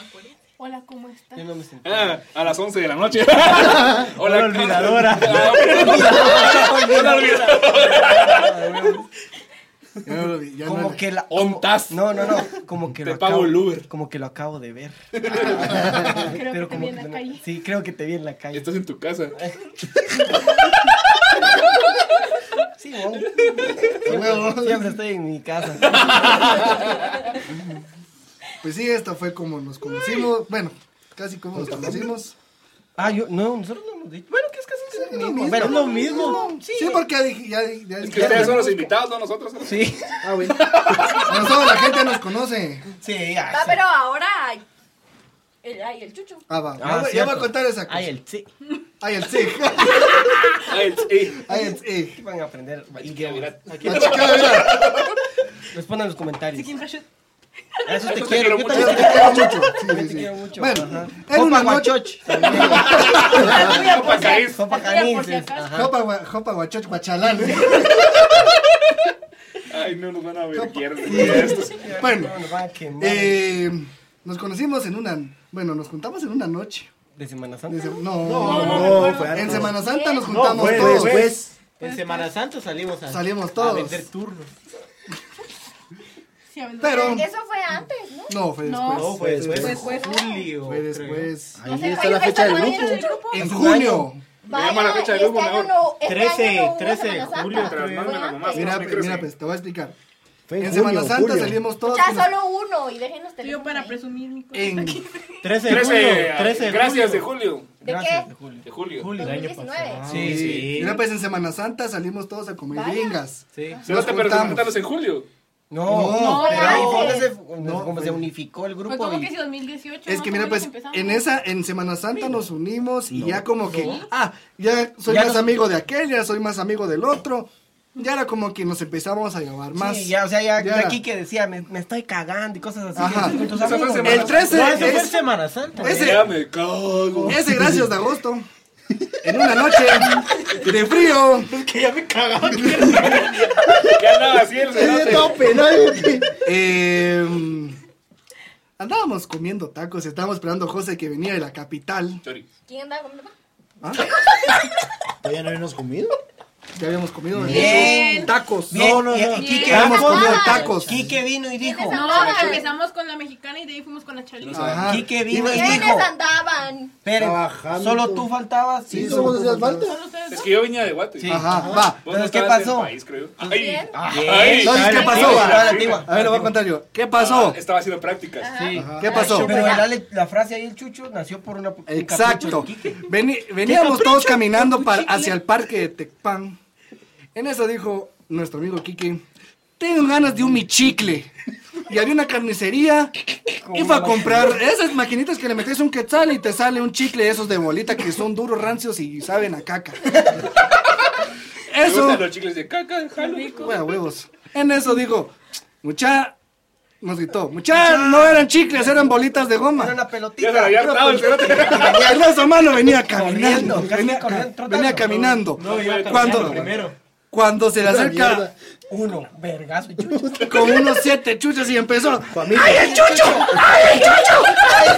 S6: me acuerdo.
S8: Hola, ¿cómo estás?
S1: Yo no me sentí.
S2: Ah, a las 11 de la noche. Hola,
S5: Una olvidadora.
S2: Ah, bueno. Una olvidadora.
S4: Ya no lo vi, ya no
S1: Como
S4: le-
S1: que la.
S2: On
S1: como-
S2: task.
S1: No, no, no. Como que
S2: Te
S1: lo
S2: pago
S1: acabo,
S2: el Uber.
S1: Como que lo acabo de ver.
S8: Creo
S1: Pero
S8: que te vi
S1: como
S8: en la
S1: que-
S8: calle.
S1: Sí, creo que te vi en la calle.
S2: Estás en tu casa.
S1: Sí, wow.
S4: A huevo.
S1: Siempre estoy en mi casa.
S4: Pues sí, esta fue como nos conocimos. Bueno, casi como nos conocimos.
S1: Ah, yo, no, nosotros no hemos dicho. Bueno, que es casi lo
S4: lo
S1: mismo.
S4: mismo.
S1: Bueno, lo mismo.
S4: Sí, porque ya dije, ya, di- ya
S2: Es
S4: dije.
S2: que ustedes son los invitados, no nosotros.
S1: Sí.
S7: Ah, bueno.
S4: Nosotros la gente nos conoce.
S1: Ah, Sí, ya.
S6: Va, pero ahora. El, ay, el chucho.
S4: Ah, va. Ya voy- ya voy a contar esa cosa.
S1: Ay, el sí.
S4: Ay, el sí.
S2: Ay, sí.
S4: Ay, el sí.
S1: Aquí van a aprender idiomas.
S2: Mira,
S1: Aquí
S4: La chica, mira.
S1: respondan en los
S8: Sí,
S1: comentarios.
S8: siempre yo-
S1: Eso te
S2: Eso
S1: quiero.
S2: te quiero
S1: Yo
S2: mucho.
S1: también
S4: Te
S1: te quiero.
S4: quiero mucho. Sí,
S1: Yo
S4: sí,
S1: te
S4: sí.
S1: quiero mucho.
S4: Bueno,
S1: Ajá.
S4: era una
S1: Opa,
S4: noche.
S1: guachoch.
S4: Ah,
S2: Copa Caís.
S1: Sopa
S8: Mira, por
S1: canices.
S8: si acaso.
S1: Ajá.
S4: Jopa, gua- jopa, guachoch, guachalán.
S2: Ay, no nos van a ver. Estos.
S4: Bueno,
S1: No, nos van a quemar.
S4: eh, nos conocimos en una. Bueno, nos juntamos en una noche.
S1: De Semana Santa.
S4: Desde-
S1: ¿no?
S4: no,
S7: No, fue
S4: En
S7: antes.
S4: Semana Santa nos
S7: No,
S4: juntamos
S7: fue
S4: todos.
S7: después.
S5: En Semana Santa salimos a,
S4: Salimos
S5: a
S4: todos.
S5: vender turnos.
S8: Sí, a veces-
S4: Pero-
S6: Eso fue antes, ¿no?
S4: No, fue después.
S8: No.
S5: No, fue
S1: pues,
S5: después.
S7: Fue
S5: Fue julio.
S4: Fue
S5: creo.
S4: después.
S7: Ahí
S6: sé,
S7: está
S6: ahí
S7: la fecha del grupo.
S6: del grupo.
S4: En
S1: su
S4: junio.
S6: Vaya,
S2: llama la fecha del
S6: y
S2: grupo,
S6: este año
S2: mejor.
S6: no- este
S5: 13,
S6: año no hubo
S5: 13 de
S6: Semana Santa,
S5: julio,
S6: fue
S2: Tras más me la mamás.
S6: antes.
S4: Mira,
S2: no, no
S4: pues,
S2: crece.
S4: mira, pues te voy a explicar.
S7: Fue
S4: En Semana
S7: julio,
S4: Santa
S7: julio.
S4: salimos todos.
S6: Ya solo uno y déjenos
S8: Yo
S6: teléfono
S8: para
S6: ahí.
S8: presumir mi cosa.
S4: En,
S5: 13 de julio.
S2: 13,
S5: 13 de
S2: gracias de
S5: julio.
S2: julio.
S6: ¿De
S1: Gracias,
S6: qué?
S1: de Julio.
S2: De julio.
S5: Julio, el año
S6: 2019.
S5: pasado.
S1: Sí,
S5: sí.
S4: Mira, pues en Semana Santa salimos todos a comer
S6: Vaya.
S4: gringas.
S5: Sí.
S2: Se nota, pero
S4: juntamos.
S2: se juntaron en julio.
S1: No,
S4: No,
S1: pero
S6: ya
S1: ahí
S6: antes.
S1: fue donde se, donde
S4: No,
S1: como
S4: fue-
S1: se unificó el
S8: Fue
S1: grupo
S8: como
S1: y
S8: Pues, que si 2018.
S4: Es que mira,
S8: más o menos
S4: pues
S8: empezamos.
S4: en esa, en Semana Santa nos unimos y ya como que, ah, ya soy
S1: Ya
S4: más
S1: nos-
S4: amigo de aquel, ya soy más amigo del otro. Ya era como que nos empezábamos a llevar más.
S1: Sí, ya, o sea, ya,
S4: Ya.
S1: ya aquí que decía, me, me estoy cagando y cosas así.
S4: Ajá.
S1: que- Entonces,
S2: Esa fue
S1: amigos,
S2: semana-
S4: El 13
S5: No, eso fue en
S4: es,
S5: Semana Santa.
S4: Ese-
S2: Ya me cago.
S4: ese gracias de agosto. En una noche de frío.
S5: Que ya me cagaba.
S2: ¿Qué andaba haciendo?
S7: Eh, no, penal.
S4: Eh, andábamos comiendo tacos, estábamos esperando a José que venía de la capital.
S2: Chori.
S6: ¿Quién andaba con mi papá?
S4: ¿Ah?
S7: ¿Todavía no habíamos comido?
S4: Ya habíamos comido
S1: Bien.
S4: tacos.
S1: Bien,
S4: No,
S1: y- y
S8: no.
S1: Quique,
S8: Ya
S4: habíamos
S1: vamos
S4: comido
S1: con-
S4: tacos.
S1: Quique vino y dijo,
S6: Esa-
S8: No, empezamos con la mexicana y de ahí fuimos con la chalina.
S4: Ajá.
S1: Quique vino
S4: Iba-
S1: y
S6: ¿Quiénes
S1: dijo,
S6: andaban?
S1: pero
S7: Trabajando.
S1: solo tú faltabas.
S7: Sí,
S1: y-
S7: solo nos hacía falta.
S8: Solo ustedes
S2: Es
S8: dos.
S2: que yo venía de Guate.
S1: Sí.
S4: Ajá, va.
S2: Vos no
S1: Entonces, ¿qué
S2: estabas en
S1: pasó?
S2: el país, creo. Ay.
S6: ¿Quién?
S2: Ay.
S4: Entonces, ¿qué
S2: Ay,
S4: pasó?
S2: la
S1: Ah, la
S2: antigua.
S1: antigua.
S4: A ver, lo voy a contar yo. ¿Qué pasó? Ah.
S2: Estaba haciendo prácticas.
S1: Sí.
S4: ¿Qué pasó?
S1: Ah, Pero la, la frase ahí, el chucho, nació por una... un capricho
S4: Exacto.
S1: de Quique.
S4: Veni- veníamos todos caminando para- hacia el parque de Tecpan. En eso dijo nuestro amigo Quique, tengo ganas de un michicle. Y había una carnicería y fue a comprar esas maquinitas que le metes un quetzal y te sale un chicle de esos de bolita que son duros, rancios y saben a caca.
S2: Me
S4: Eso...
S2: gustan los chicles de caca, jalo.
S4: Bueno, huevos. En eso dijo, mucha... Nos gritó, mucha, no eran chicles, eran bolitas de goma.
S1: Era una
S2: Ya se la
S1: pelotita.
S2: había hartado
S4: pues,
S2: el cerote.
S4: En eso, mano, venía
S1: Corriendo,
S4: caminando.
S1: casi corriendo,
S4: venía, ca-
S1: trotando.
S4: venía caminando.
S5: No, yo iba
S4: Cuando-
S5: caminando primero.
S4: Cuando se le acerca
S7: mierda.
S1: Uno, vergazo y chucho.
S4: con unos siete chuchos y empezó.
S7: Familia.
S4: ¡Ay, el chucho! ¡Ay, el chucho! ¡Ay,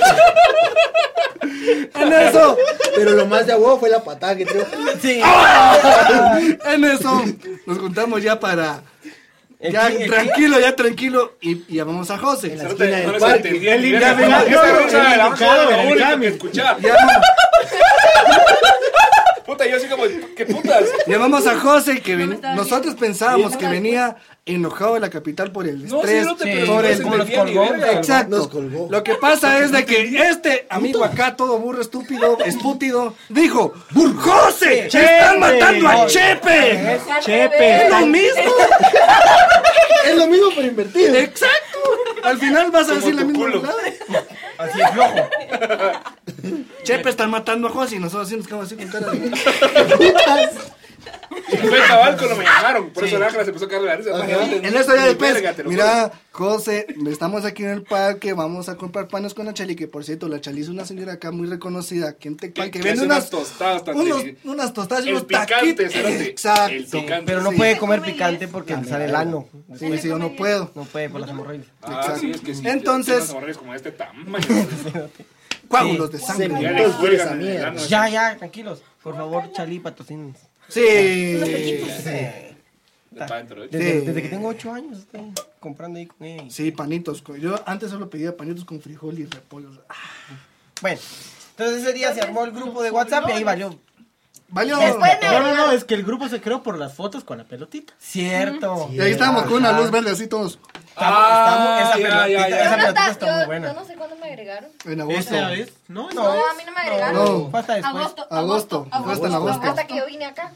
S4: el chucho! En eso,
S7: Pero lo más de agua fue la patada que tiró.
S1: Sí.
S4: en eso, nos juntamos ya para.
S1: El
S4: Ya
S1: Quique-
S4: tranquilo, ya tranquilo. Y, y llamamos a
S7: En
S4: José.
S7: la-
S2: Cerote, No les
S7: parque.
S2: entendía
S5: El
S2: ni
S5: libre
S2: verga.
S5: albedrío,
S2: Esa
S5: el
S2: rosa de la
S5: indicado,
S2: mano era
S5: el
S2: lo único
S5: cambio.
S2: que escuchaba.
S4: Llamo-
S2: Puta, puta, yo así como, ¿qué putas?
S4: Llamamos a José, que ven-
S6: me estaba
S4: nosotros pensábamos que venía enojado de la capital por el estrés,
S2: no te
S4: por
S2: preocupes,
S4: el...
S2: como los colgó.
S4: Exacto.
S7: Nos colgó.
S4: Lo que pasa es de que este amigo acá, todo burro estúpido, espútido, dijo, ¡José! ¡Están matando a Chepe!
S6: Chepe.
S4: ¡Es lo mismo!
S7: Es lo mismo pero invertido.
S4: ¡Exacto! Al final vas a
S2: Como
S4: decir la
S2: tu
S4: misma
S2: culo.
S4: verdad.
S5: Así es flojo.
S4: Chepe están matando a José y nosotros así nos quedamos así con cara de...
S2: Fue cabal cuando me llamaron. Por eso el Ángela se empezó a caer la risa.
S4: En eso ya
S2: Ni
S4: después,
S2: verga, te lo
S4: mira, José, estamos aquí en el parque, vamos a comprar panes con la Chali, que por cierto, la Chali es una señora acá muy reconocida, aquí en Tecpan,
S2: juro.
S4: que
S2: Que
S4: vende
S2: hace
S4: unas,
S2: unas tostadas tan
S4: unos,
S2: deli-
S4: unas tostadas y
S2: El
S4: unos
S2: picante,
S4: taquitos.
S2: cerote.
S4: Exacto.
S2: El picante.
S1: Pero no
S4: Sí.
S1: puede comer
S6: Come
S1: picante
S6: diez.
S1: porque le sale el ano.
S4: Sí, sí, yo no puedo.
S1: No puede por las hemorroides.
S2: Ah, sí, es que sí.
S4: Entonces-
S2: tiene unos horarios como este tamaño.
S4: Coágulos de
S7: Se
S4: sangre.
S2: Ya
S7: montó
S2: le
S7: por
S2: cuelgan en
S7: esa
S2: el
S7: mierda.
S2: ano.
S1: Ya, ya, tranquilos. Por favor, Chalí, patrocínenos.
S4: Sí.
S2: Está dentro de-
S1: Desde,
S4: Sí.
S1: desde que tengo 8 años estoy comprando ahí con él.
S4: Sí, panitos. con- Yo antes solo pedía panitos con frijol y repollo. Ah,
S1: Bueno, entonces ese día se armó el grupo de WhatsApp y ahí valió.
S4: Valió.
S6: Después me-
S5: No, no, no, es que el grupo se creó por las fotos con la pelotita.
S1: Cierto.
S4: Y ahí estábamos con una luz verde así todos
S1: Estamos-
S2: Ah,
S1: estamos- esa
S2: ya, ya,
S1: pelotita- esa
S2: ya.
S1: pelotita
S6: Yo-
S1: está muy
S6: Yo
S1: buena.
S6: no sé cuándo me agregaron.
S4: en agosto.
S5: ¿Esta vez? No,
S6: No,
S5: no.
S6: a mí no me agregaron.
S4: No.
S1: Fue hasta después.
S8: Agosto.
S4: Agosto, fue hasta en agosto.
S6: Hasta que yo vine acá.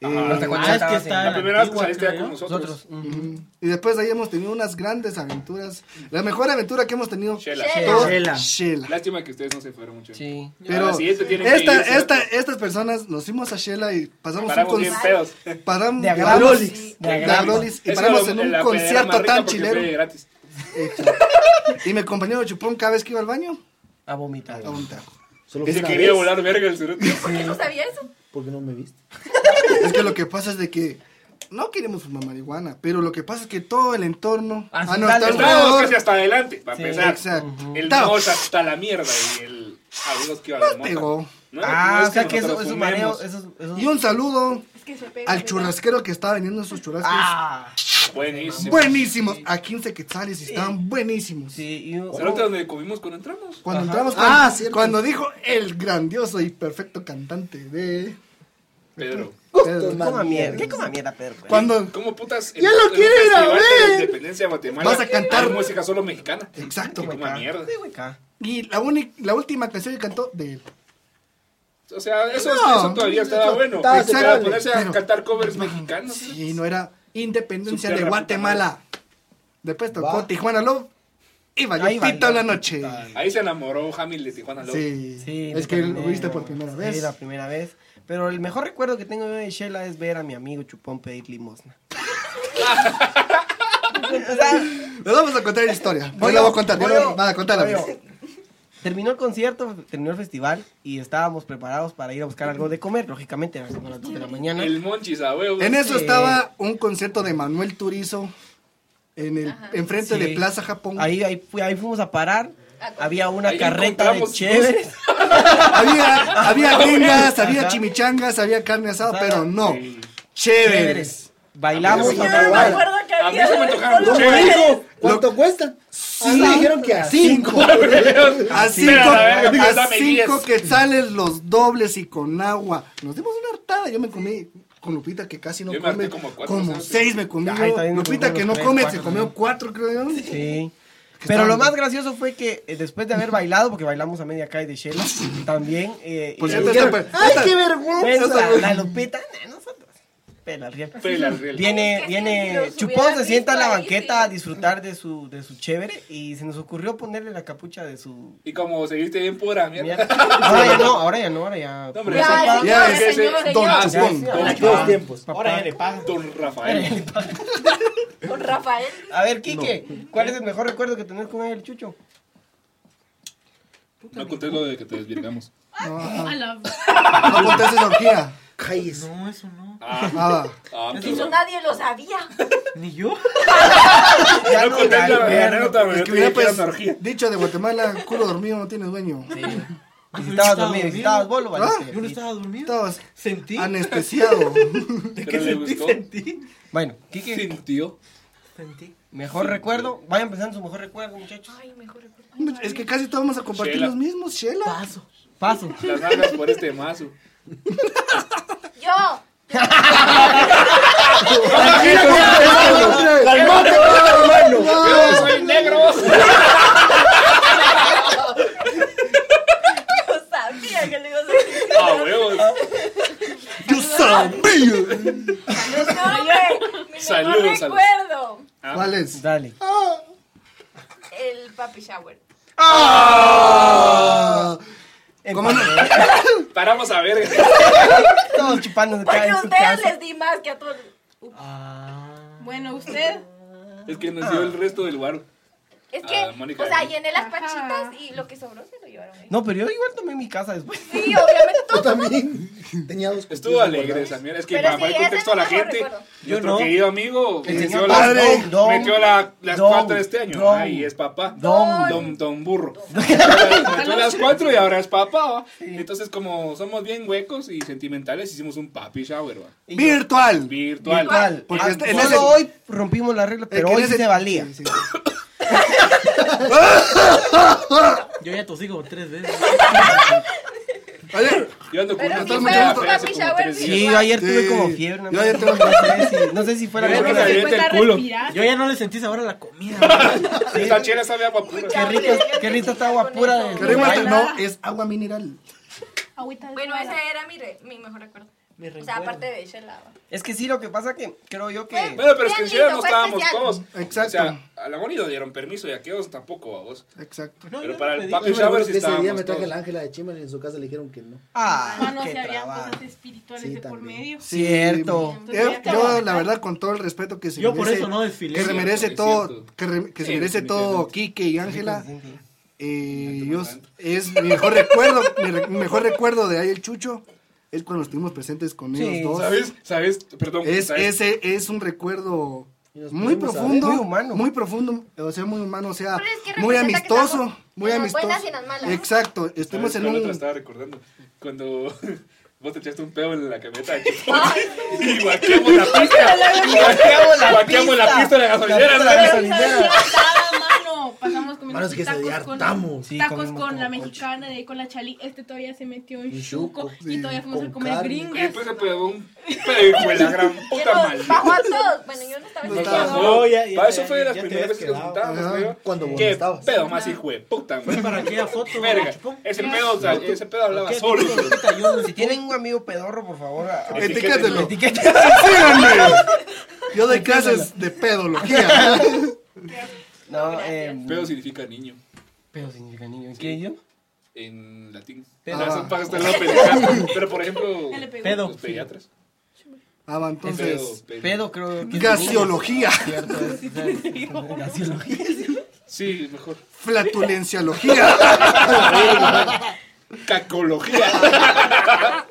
S1: Hasta cuando
S5: Ah, es
S1: estabas
S5: que
S1: en-
S5: está
S2: La primera vez que
S5: antigua,
S2: saliste ya
S5: creo
S2: con
S5: yo.
S2: nosotros.
S1: Nosotros. ujú.
S4: Y después de ahí hemos tenido unas grandes aventuras. La mejor aventura que hemos tenido.
S2: Shela.
S6: Shela.
S4: Todo-
S5: Shela.
S4: Shela.
S2: Lástima que ustedes no se fueron mucho.
S1: Sí.
S4: Pero
S2: la siguiente tienen que
S4: esta,
S2: irse.
S4: esta, estas personas nos fuimos a Shela y pasamos
S2: Paramos
S4: un
S2: bien
S4: concierto.
S2: pedos.
S4: Paramos
S1: De agrado.
S4: Agrolis.
S1: De
S4: De
S1: agrado.
S4: Agrolis. Y
S2: Eso
S4: paramos
S2: lo-
S4: en
S2: la
S4: un
S2: pedera
S4: concierto
S2: más rica
S4: tan
S2: porque
S4: chilero.
S2: fue gratis.
S4: Y mi compañero Chupón cada vez que iba al baño,
S1: A vomitar.
S4: a un taco.
S7: Solo
S2: Que
S7: fue
S2: se
S7: una
S2: quería
S7: vez.
S2: volar verga el cerote.
S6: ¿Por qué no sabía eso?
S7: ¿Por qué no me viste?
S4: Es que lo que pasa es de que no queremos fumar marihuana, pero lo que pasa es que todo el entorno
S1: Ah, sí, dale,
S4: a nuestro
S2: Estábamos casi
S4: alrededor
S2: hasta adelante, para
S1: Sí,
S2: empezar.
S4: exacto.
S2: El
S4: Estaba-
S2: dos hasta la mierda y el amigos que iba a la mota.
S4: pegó.
S2: No,
S1: Ah,
S2: no es
S1: o sea que eso
S2: nosotros
S1: es un
S2: fumemos.
S1: mareo. Eso, es- eso es-
S4: Y un saludo
S6: Es que se pega.
S4: al churrasquero que estaba vendiendo esos churrascos.
S1: Ah,
S2: Buenísimo.
S4: Buenísimos, a 15 quetzales y estaban buenísimos.
S1: sí. y un- uh,
S2: ¿Cerote donde comimos cuando entramos?
S4: Cuando entramos, con-
S7: Ah, cierto.
S4: cuando dijo el grandioso y perfecto cantante de.
S2: Pedro.
S4: Pedro.
S1: ¿Qué coma mierda? ¿Qué coma mierda, Pedro? pues?
S4: Cuando.
S2: ¿Cómo putas?
S4: ¡Ya lo
S2: en un
S4: quiero ir a
S2: festival de
S4: ver!
S2: Independencia de Guatemala.
S4: Vas a cantar.
S2: hay música solo mexicana.
S4: Exacto.
S2: Qué coma mierda.
S1: Sí, güey, acá.
S4: Y la, única- la última canción que cantó de.
S2: O sea, eso,
S4: No.
S2: eso todavía estaba bueno.
S7: Estaba
S2: Para
S4: aceptable,
S2: ponerse a
S4: pero-
S2: cantar covers mexicanos.
S4: Sí, no era Independencia
S2: Supera
S4: de
S2: la puta
S4: Guatemala. Después tocó
S7: Va.
S4: Tijuana Love y
S1: Ahí
S4: valió
S1: valió.
S4: pita la noche.
S2: Ahí se enamoró Jamil de Tijuana Lobo.
S4: Sí,
S1: Sí,
S4: es
S1: yo
S4: que lo
S1: también,
S4: viste
S1: ¿no?
S4: por primera
S1: Sí,
S4: vez.
S1: la primera vez. Pero el mejor recuerdo que tengo yo de Shela es ver a mi amigo Chupón pedir limosna. O sea,
S4: Les vamos a contar la historia. Yo
S1: Eh, Voy
S4: la
S1: yo,
S4: voy a contar, yo
S1: voy
S4: la
S1: yo,
S4: voy a contar. pues.
S1: voy yo. terminó el concierto, terminó el festival y estábamos preparados para ir a buscar algo de comer. Lógicamente, eran como las 2 de la mañana.
S2: El Monchis a huevo.
S4: En eso
S1: Sí.
S4: estaba un concierto de Manuel Turizo en el enfrente
S1: Sí.
S4: de Plaza Japón.
S1: Ahí, ahí, fu- ahí fuimos a parar. Había una
S2: Ahí
S1: carreta de
S2: encontramos
S1: chéveres.
S4: Había, había gringas, había
S1: Ajá.
S4: chimichangas, había carne asada,
S1: Asada.
S4: pero no.
S2: Sí.
S4: Chéveres.
S1: Bailamos.
S7: Yo no me
S6: No me
S7: Vale.
S6: acuerdo que
S2: A mí
S6: había.
S2: se me tocaron
S7: ¿Cómo
S2: dos.
S7: dijo? ¿Cuánto cuesta? Sí. me dijeron que a cinco.
S4: A cinco,
S2: Espera, la verga,
S4: a
S2: pues, dame
S4: cinco
S2: diez.
S4: quetzales los dobles y con agua. Nos dimos una hartada. Yo me comí con Lupita que casi no
S2: Yo me
S4: come.
S2: harté como cuatro,
S4: como
S2: ¿sabes?
S4: seis me comí.
S1: Ay,
S4: yo.
S1: también me comí
S4: Lupita que
S1: unos
S4: no
S1: tres,
S4: come, se
S1: cuatro
S4: comió
S1: también.
S4: cuatro, creo yo.
S1: Sí.
S4: Que
S1: Pero
S4: estaban-
S1: lo más gracioso fue que eh, después de haber bailado, porque bailamos a media calle de Shela, también. eh,
S4: Por
S1: y-
S4: cierto,
S1: dijeron,
S4: esta-
S7: ¡Ay,
S4: esta-
S7: qué vergüenza!
S1: "Ven, la, la Lupita, nah, nosotros. Pela, riel.
S2: Pela, riel.
S6: Es
S1: Viene,
S6: que si
S1: viene,
S6: los
S1: Chupón
S6: hubieran
S1: se sienta en la
S6: visto ahí,
S1: banqueta
S6: sí.
S1: a disfrutar de su, de su chévere y se nos ocurrió ponerle la capucha de su.
S2: Y como seguiste bien pura, mierda.
S1: Mierda. Ahora ya no, ahora ya no, ahora ya.
S2: No, hombre,
S6: Ya,
S2: ese-
S6: señor,
S4: ya,
S2: ese-
S6: señor,
S2: ese-
S4: Don
S6: señor.
S2: Ya,
S4: Chupón.
S2: sí,
S1: Ahora
S7: Los dos
S1: ya.
S7: tiempos.
S5: Ahora ya le pagan.
S2: Don Rafael.
S6: Con Rafael.
S1: A ver, Quique, ¿cuál es el mejor recuerdo que tenés con el Chucho?
S2: No conté lo de que te desvirgamos.
S8: A la.
S4: No conté esa orgía.
S7: Cállese.
S5: No, eso no.
S2: Ah,
S4: Nada.
S2: ah,
S6: Eso
S2: perdón.
S6: nadie lo sabía.
S5: Ni yo.
S1: Ya
S2: No conté
S1: ya,
S2: la
S1: ya,
S2: anécdota, güey.
S4: Es
S2: Yo te
S4: que mira,
S2: dije que era
S4: pues,
S2: una orgía.
S4: dicho de Guatemala, culo dormido no tiene dueño.
S1: Y si estabas dormido, y si estabas bolo,
S4: Ah,
S1: valiste.
S5: Yo no estaba dormido.
S4: Estabas
S5: Sentí.
S1: Ah,
S4: anestesiado.
S2: Pero le gustó.
S5: Sentí.
S1: Bueno, Quique,
S2: Sintió.
S5: Sentí.
S1: mejor recuerdo. Vayan pensando en su mejor recuerdo, muchachos.
S6: Ay, mejor recuerdo.
S4: Es que casi todos vamos a compartir
S2: Shela.
S1: Ah,
S4: los mismos, Shela.
S5: Paso.
S1: Paso.
S2: Las nalgas por este mazo.
S6: Yo.
S7: ¡Calmate, hermano!
S2: Yo soy negro.
S6: Yo sabía que le ibas a decir.
S2: Ah, huevos.
S4: ¡Yo sabía!
S6: Salud, hombre. Mi
S2: Salud,
S6: mejor
S2: salud.
S6: recuerdo.
S2: Ah.
S4: ¿Cuál es?
S1: Dale.
S6: El papi shower.
S7: Ah,
S4: ¿Cómo no?
S2: Paramos a ver.
S1: Todos chupando de
S6: Porque
S1: cada
S6: a
S1: en su
S6: ustedes
S1: casa.
S6: les di más que a todos.
S8: Bueno, usted.
S2: Es que nos dio el resto del lugar.
S6: Es
S2: Ah,
S6: que,
S2: Mónica,
S6: o sea,
S2: ahí.
S6: llené las
S8: Ajá.
S6: pachitas y lo que sobró se lo llevaron. ahí.
S1: No, pero yo igual tomé mi casa después.
S6: Sí, obviamente
S7: Yo
S6: todo.
S7: también. Tenía dos
S2: Estuvo alegre esa mierda. Es que
S6: Pero
S2: para
S6: sí,
S2: dar
S6: ese
S2: contexto a la
S6: no lo
S2: gente,
S6: recuerdo.
S1: Yo
S2: nuestro
S1: no.
S2: querido amigo
S1: El
S2: metió,
S1: señor
S2: las-
S1: padre.
S2: no,
S1: Don,
S2: metió la- las
S1: don,
S2: cuatro este año.
S1: don,
S2: Ahí es papá.
S1: don.
S2: Don, don burro. metió las cuatro y ahora es papá. ¿va? Entonces, como somos bien huecos y sentimentales, hicimos un papi shower. ¿va?
S4: Virtual. Eh,
S2: Virtual.
S1: Virtual.
S4: Porque
S1: Ah,
S4: este- en
S1: solo
S4: ese-
S1: hoy rompimos la regla, pero
S4: que en
S1: hoy
S4: ese-
S1: se valía.
S4: Sí, sí.
S5: Yo ya tosí como tres veces.
S4: Oye,
S2: Yo ando con
S6: Pero
S2: una
S6: sí
S2: tos
S6: fue
S2: muy
S6: un
S2: fuerte hace
S6: papi
S2: como
S6: shower
S2: tres
S1: Sí,
S2: días.
S1: yo ayer
S4: Sí.
S1: tuve como fiebre. una
S4: Yo ayer
S1: mierda.
S4: tuve-
S1: no sé si, no sé si fue la
S2: Yo creo que
S1: corona. Qué
S2: se avienta el
S8: cuenta
S2: culo.
S8: respirar.
S5: Yo ya no le sentí sabor a la comida.
S2: Esta chela sabe a papura.
S1: rico, qué rico esta agua pura de-
S4: qué rico este-
S1: Ay,
S4: No, es agua mineral.
S8: Agüita de
S6: Bueno,
S8: soda.
S6: ese era mi, re- mi mejor recuerdo.
S5: Mi
S6: O sea,
S5: recuerdo.
S6: aparte de Shelava.
S1: Es que sí, lo que pasa que creo yo que...
S2: Bueno, pero es que en
S6: Bien
S2: Shela no
S6: lindo, fue
S2: estábamos
S6: especial.
S2: todos.
S4: Exacto.
S2: O sea, a la Moni le dieron permiso y a Keos tampoco, a vos.
S4: Exacto.
S5: No, yo
S2: Pero
S5: no
S2: para el
S5: pedí.
S2: papi
S7: Yo me acuerdo
S2: shower sí
S7: que ese día
S2: estábamos
S7: me traje
S2: todos.
S7: la ángela de Chima y en su casa le dijeron que no.
S8: Ah, no,
S1: Ah,
S8: si
S1: qué
S8: había
S1: trabajo.
S8: cosas espirituales
S7: Sí,
S8: de por
S7: también.
S8: medio.
S1: Cierto.
S6: Pues
S4: Eh, yo, la verdad, con todo el respeto que se
S5: Yo por
S4: merece,
S5: eso no desfilé.
S4: que se merece
S2: Es
S4: todo,
S2: cierto.
S4: que, re- que se
S2: Sí,
S4: merece todo
S2: definitivamente.
S4: Quique y Ángela. Eh, yo,
S2: Tanto
S4: es mi mejor recuerdo, mi, re- mi mejor recuerdo de ahí el Chucho es cuando estuvimos presentes con
S1: Sí,
S4: ellos dos.
S2: ¿Sabes? ¿Sabes? Perdón.
S4: Es,
S2: ¿sabes?
S4: ese es un recuerdo
S7: Y nos
S4: muy
S7: pusimos a
S4: profundo,
S1: ver. Muy humano.
S4: muy profundo, o sea, muy humano, o sea,
S6: Pero es que
S4: muy
S6: representa que
S4: amistoso,
S6: estamos
S4: muy
S6: en las
S4: amistoso.
S6: buenas y en las malas.
S4: Exacto,
S2: ¿Sabes
S4: estuvimos en
S2: cuál otra
S4: un
S2: estaba recordando? Cuando vos te echaste un pedo en la camioneta de Chico. y guaqueamos la pista.
S1: Guaqueamos la
S2: Guaqueamos la
S1: pista.
S2: pista de la
S1: La
S2: gasolinera. ¿no?
S1: pista de la
S8: Nada, mano. Pasamos comiendo
S7: Manos que se
S8: tacos con,
S7: hartamos.
S1: Sí,
S8: tacos
S1: comimos
S8: con la
S1: como coche.
S8: mexicana, de ahí con la chalí. Este todavía se metió en
S7: Un
S8: chuco.
S7: chuco,
S4: sí,
S8: Y todavía fuimos a
S7: con
S8: comer
S7: carne.
S2: Y
S8: gringas.
S2: después se pegó un pedo fue la gran
S6: Que
S2: puta
S6: nos bajó
S2: maldita.
S6: a todos. Bueno, yo no estaba en
S2: Nos
S6: todos.
S2: bajó.
S5: No, ya- ya-
S2: Para eso
S5: ya-
S2: fue de las
S5: ya te
S2: primeras
S5: habías
S2: veces que nos
S5: quedado.
S2: juntábamos,
S4: Ajá.
S2: creo.
S7: Cuando vos
S2: Qué
S7: estabas.
S2: pedo más hijo de puta, güey.
S5: Para aquella foto.
S2: Verga.
S5: chupón.
S2: Ese pedo, o sea, ese pedo hablaba
S5: ¿Qué?
S2: solo.
S5: Yo-
S1: Si tienen un amigo pedorro, por favor, a- a-
S4: Etiquételo.
S1: etiquétenlo.
S4: ¡Síganme! Yo doy clases de pedología.
S1: No, eh,
S2: Pedo significa niño.
S1: pedo significa niño. ¿En qué idioma?
S2: En latín.
S1: Pedo.
S2: Ah, son pajas de la pendejada. Pero por ejemplo,
S8: le pegó.
S5: Pedo.
S2: los pediatras.
S4: Ah, va, entonces,
S2: Pedo,
S1: Pedo creo que... es
S4: gaseología,
S1: Cierto, es- es- es- gaseología.
S2: Sí, mejor.
S4: flatulenciología.
S2: Cacología.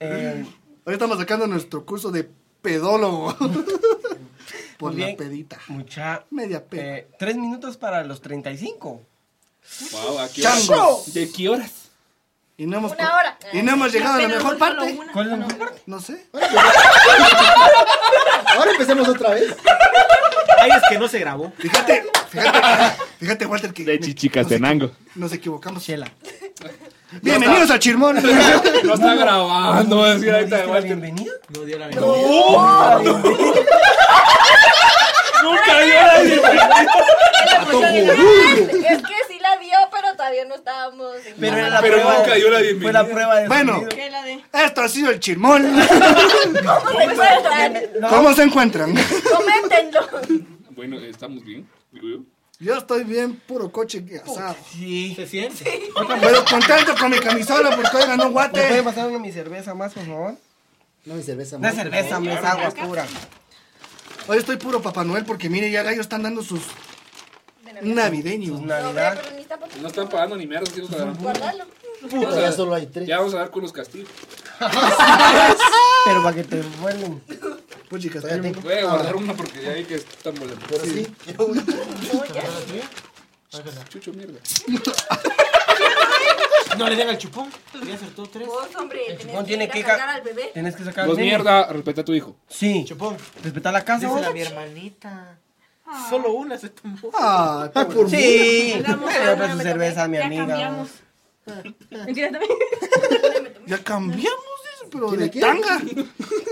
S1: Eh,
S4: Hoy estamos sacando nuestro curso de pedólogo. Por
S1: Muy
S4: la
S1: bien.
S4: pedita.
S1: Mucha...
S4: Media peda.
S1: Eh, tres minutos para los 35.
S2: wow, aquí
S4: Chango.
S2: ¿De qué horas?
S4: Y no hemos,
S6: Una hora.
S4: y no hemos llegado a la
S8: Pero
S4: mejor
S8: no solo
S4: parte.
S8: una,
S1: ¿Cuál es la
S8: no,
S1: mejor parte?
S4: No sé.
S7: Ahora empecemos otra vez.
S5: Ay, es que no se grabó.
S4: Fíjate, fíjate, fíjate, Walter, que
S2: chichicas de nango.
S4: nos equivocamos.
S1: Chela.
S4: Bienvenidos a Chirmón.
S2: No está grabando, voy a decir
S1: ¿No diste
S2: ahorita de
S1: la
S2: Walter.
S1: bienvenida?
S5: No dio la bienvenida.
S2: Nunca dio la bienvenida.
S6: Es que sí la dio, pero todavía no estábamos. en-
S1: Pero, era la
S2: Pero
S1: prueba
S2: nunca
S1: de-
S2: dio la
S1: Fue
S2: bienvenida.
S1: la prueba de
S4: Bueno.
S1: sonido.
S8: que la de.
S4: Esto ha sido el Chirmón.
S6: ¿Cómo se encuentran?
S1: No,
S4: ¿Cómo se encuentran?
S6: Coméntenlo.
S2: Bueno, estamos bien. digo yo.
S4: Yo estoy bien, puro coche asado.
S1: Sí.
S5: ¿Se siente?
S4: Pero contento con mi camisola porque hoy ganó
S1: ¿Me puede
S4: Guate.
S1: pasar una mi cerveza más, por favor?
S7: No, mi cerveza.
S1: Una
S7: amor, por
S1: cerveza,
S7: favor.
S1: hombre, es agua pura.
S4: Hoy estoy puro Papá Noel porque mire, ya gallos están dando sus
S1: Sus
S4: navideños.
S6: No, hombre,
S1: Navidad.
S6: pero ni tampoco
S2: No están pagando ni mierda, sí nos agarran.
S6: guardarlo.
S7: Puta, ya solo hay tres.
S2: Ya vamos a dar con los castigos.
S1: Pero para que te vuelen.
S4: Pues chicas,
S7: Todavía
S4: tengo-
S7: tengo.
S2: Voy a guardar una porque ya vi que están molestando.
S7: Pero sí.
S5: ¿Ah,
S2: Chucho, mierda.
S5: No le den al chupón. Ya acertó tres.
S6: Vos, hombre, tenés
S1: chupón
S6: que ir
S1: tiene
S6: a
S1: que
S6: cargar
S1: ca-
S6: al bebé.
S1: Tienes que sacar.
S2: Vos
S1: nene.
S2: Pues mierda, respeta a tu hijo.
S1: Sí.
S5: Chupón.
S1: Respetar la casa,
S5: Dísela a
S1: vos.
S5: mi hermanita.
S6: Ah.
S5: Solo una se tomó.
S4: Ah, qué bonito.
S1: Sí.
S8: Hablamos,
S1: Pero
S8: hablamos,
S1: otra su
S8: me
S1: cerveza, mi
S8: ya
S1: amiga.
S8: cambiamos. Mentira, también.
S4: ya cambiamos. dice. pero
S7: ¿Quién
S4: de
S7: la quiere?
S4: tanga.